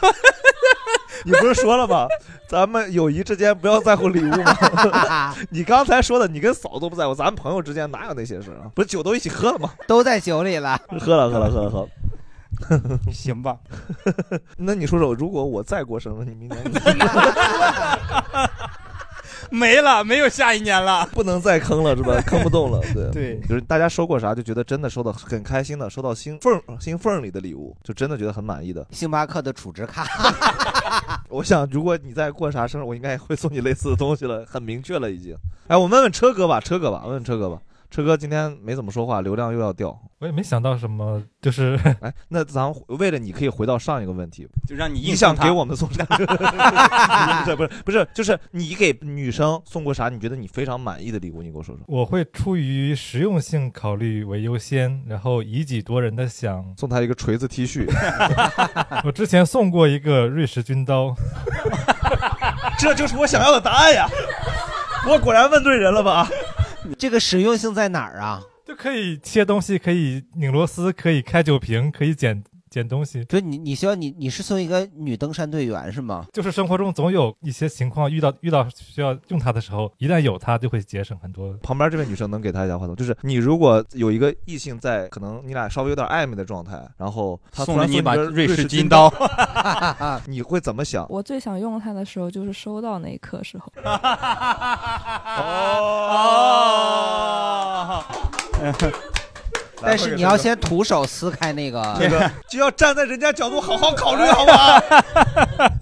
你不是说了吗？咱们友谊之间不要在乎礼物吗？ 你刚才说的，你跟嫂子都不在乎，咱们朋友之间哪有那些事啊？不是酒都一起喝了吗？
都在酒里了，
喝了，喝了，喝了，喝了。
行吧，
那你说说，如果我再过生日，你 明年
没了，没有下一年了，
不能再坑了是吧？坑不动了，对
对
就是大家收过啥，就觉得真的收到很开心的，收到心缝儿心缝儿里的礼物，就真的觉得很满意的。
星巴克的储值卡，
我想，如果你再过啥生日，我应该也会送你类似的东西了，很明确了已经。哎，我问问车哥吧，车哥吧，问问车哥吧，车哥今天没怎么说话，流量又要掉。
我也没想到什么，就是
哎，那咱为了你可以回到上一个问题，
就让你
你
硬
想
送他
给我们送啥？ 不是不是不是，就是你给女生送过啥？你觉得你非常满意的礼物，你给我说说。
我会出于实用性考虑为优先，然后以己度人的想
送他一个锤子 T 恤。
我之前送过一个瑞士军刀，
这就是我想要的答案呀！我果然问对人了吧？
这个实用性在哪儿啊？
就可以切东西，可以拧螺丝，可以开酒瓶，可以捡捡东西。
就你你需要你你是送一个女登山队员是 吗？
就是生活中总有一些情况遇到遇到需要用它的时候，一旦有它就会节省很多。
旁边这位女生能给她一下话筒，就是你如果有一个异性在，可能你俩稍微有点暧昧的状态，然后他
送
突然
了你一把
一根
瑞
瑞
士金
金
刀，
你会怎么想？
我最想用它的时候就是收到那一刻时 候。
哦，
但是你要先徒手撕开那个，
这个就要站在人家角度好好考虑，好不好？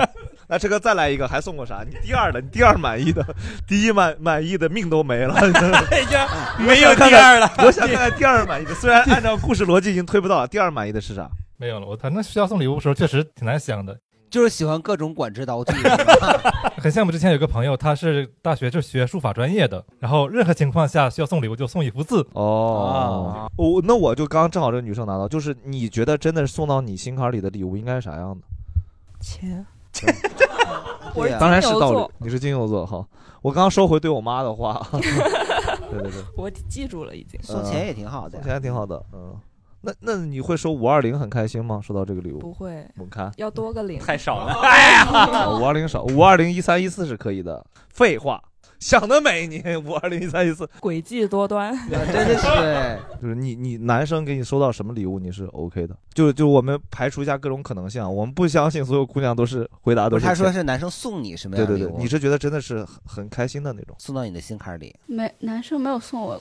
那这个再来一个，还送过啥？你第二的，你第二满意的，第一满满意的命都没 了，
哎
已经没有第二了
我想看看第二满意的，虽然按照故事逻辑已经推不到了，第二满意的是啥？
没有了，我反正需要送礼物的时候确实挺难想的。
就是喜欢各种管制刀具。
很羡慕之前有个朋友，他是大学就是学书法专业的，然后任何情况下需要送礼物就送一幅字。啊
哦，我、那我就刚刚正好这个女生拿到，就是你觉得真的是送到你心坎里的礼物应该是啥样的？
钱。
对啊呀当然是道理。你是金牛座，好，我刚刚收回对我妈的话。 对对对，
我记住了已经。
嗯 送钱也挺好的。嗯，那那你会收五二零很开心吗？收到这个礼物
不会
我看啊
要多个零，
太少 了
哎五二零少，五二零一三一四是可以的。废话，想得美你！五二零一三一四，
诡计多端，
真的是。
就是你你男生给你收到什么礼物你是 OK 的，就就我们排除一下各种可能性啊，我们不相信所有姑娘都是回答都
不
是
是，他说
钱
是男生送你什么
对
样的
对
礼物？
对，你是 觉得真的是很很开心的那种，
送到你的心坎里。
没男生没有送我，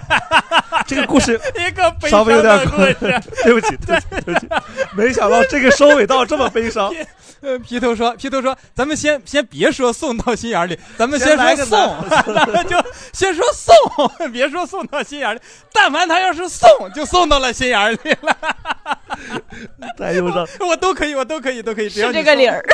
这个 故事
一个
稍微有点过对不起，对不起，对不起， 没想到这个收尾到这么悲伤。
呃，皮头说，皮头说，咱们先先别说送到心眼里，咱们
先来个
说送，
男
咱 们就先说送，别说送到心眼里。但凡他要是送，就送到了心眼里了。
太忧伤，
我都可以，我都可以，都可以，只要
是这
你
个
送
理 儿。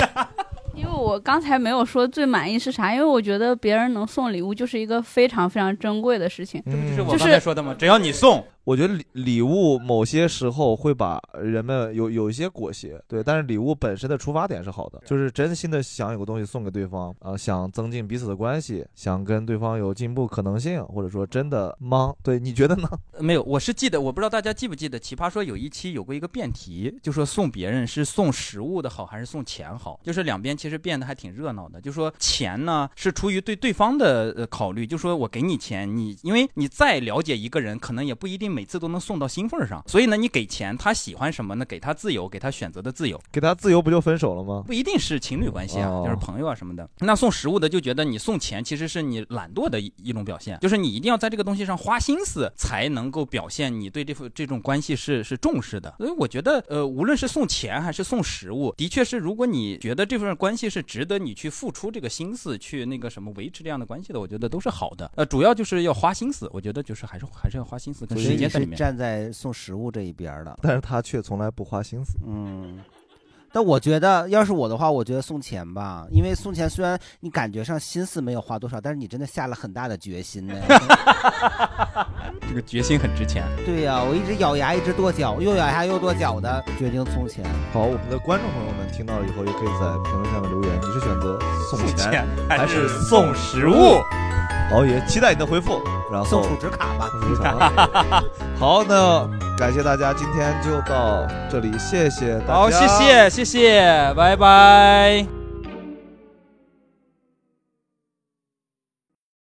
因为我刚才没有说最满意是啥，因为我觉得别人能送礼物就是一个非常非常珍贵的事情，
这
嗯
是我
就
刚才
是
说的吗？只要你送，
我觉得礼礼物某些时候会把人们有有一些裹挟，对，但是礼物本身的出发点是好的，就是真心的想有个东西送给对方，啊、想增进彼此的关系，想跟对方有进步可能性，或者说真的忙，对，你觉得呢？
没有，我是记得，我不知道大家记不记得，《奇葩说》有一期有过一个辩题，就说送别人是送食物的好还是送钱好，就是两边其实辩的还挺热闹的。就说钱呢是出于对对方的呃考虑，就说我给你钱，你因为你再了解一个人，可能也不一定每次都能送到心份儿上，所以呢，你给钱，他喜欢什么呢？给他自由，给他选择的自由。
给他自由不就分手了吗？
不一定是情侣关系啊，
哦
就是朋友啊什么的。那送食物的就觉得你送钱其实是你懒惰的一一种表现，就是你一定要在这个东西上花心思，才能够表现你对这份这种关系是是重视的。所以我觉得，呃，无论是送钱还是送食物，的确是如果你觉得这份关系是值得你去付出这个心思去那个什么维持这样的关系的，我觉得都是好的。呃，主要就是要花心思，我觉得就是还是还是要花心思跟
所
时
以你
间在
是
里面。
站在送食物这一边儿的，
但是他却从来不花心思。
嗯，但我觉得要是我的话，我觉得送钱吧，因为送钱虽然你感觉上心思没有花多少，但是你真的下了很大的决心 呢。
这个决心很值钱。
对呀、我一直咬牙，一直跺脚，又咬牙又跺脚的决定送钱。
好，我们的观众朋友们听到了以后，也可以在评论下面留言，你是选择送
送
钱
钱
还
还
是
是
送
送
食
食
物
物？
好，也期待你的回复，然后
送储值卡吧
送储值卡 好，那感谢大家，今天就到这里，谢谢大家。
好，谢谢谢谢，拜拜。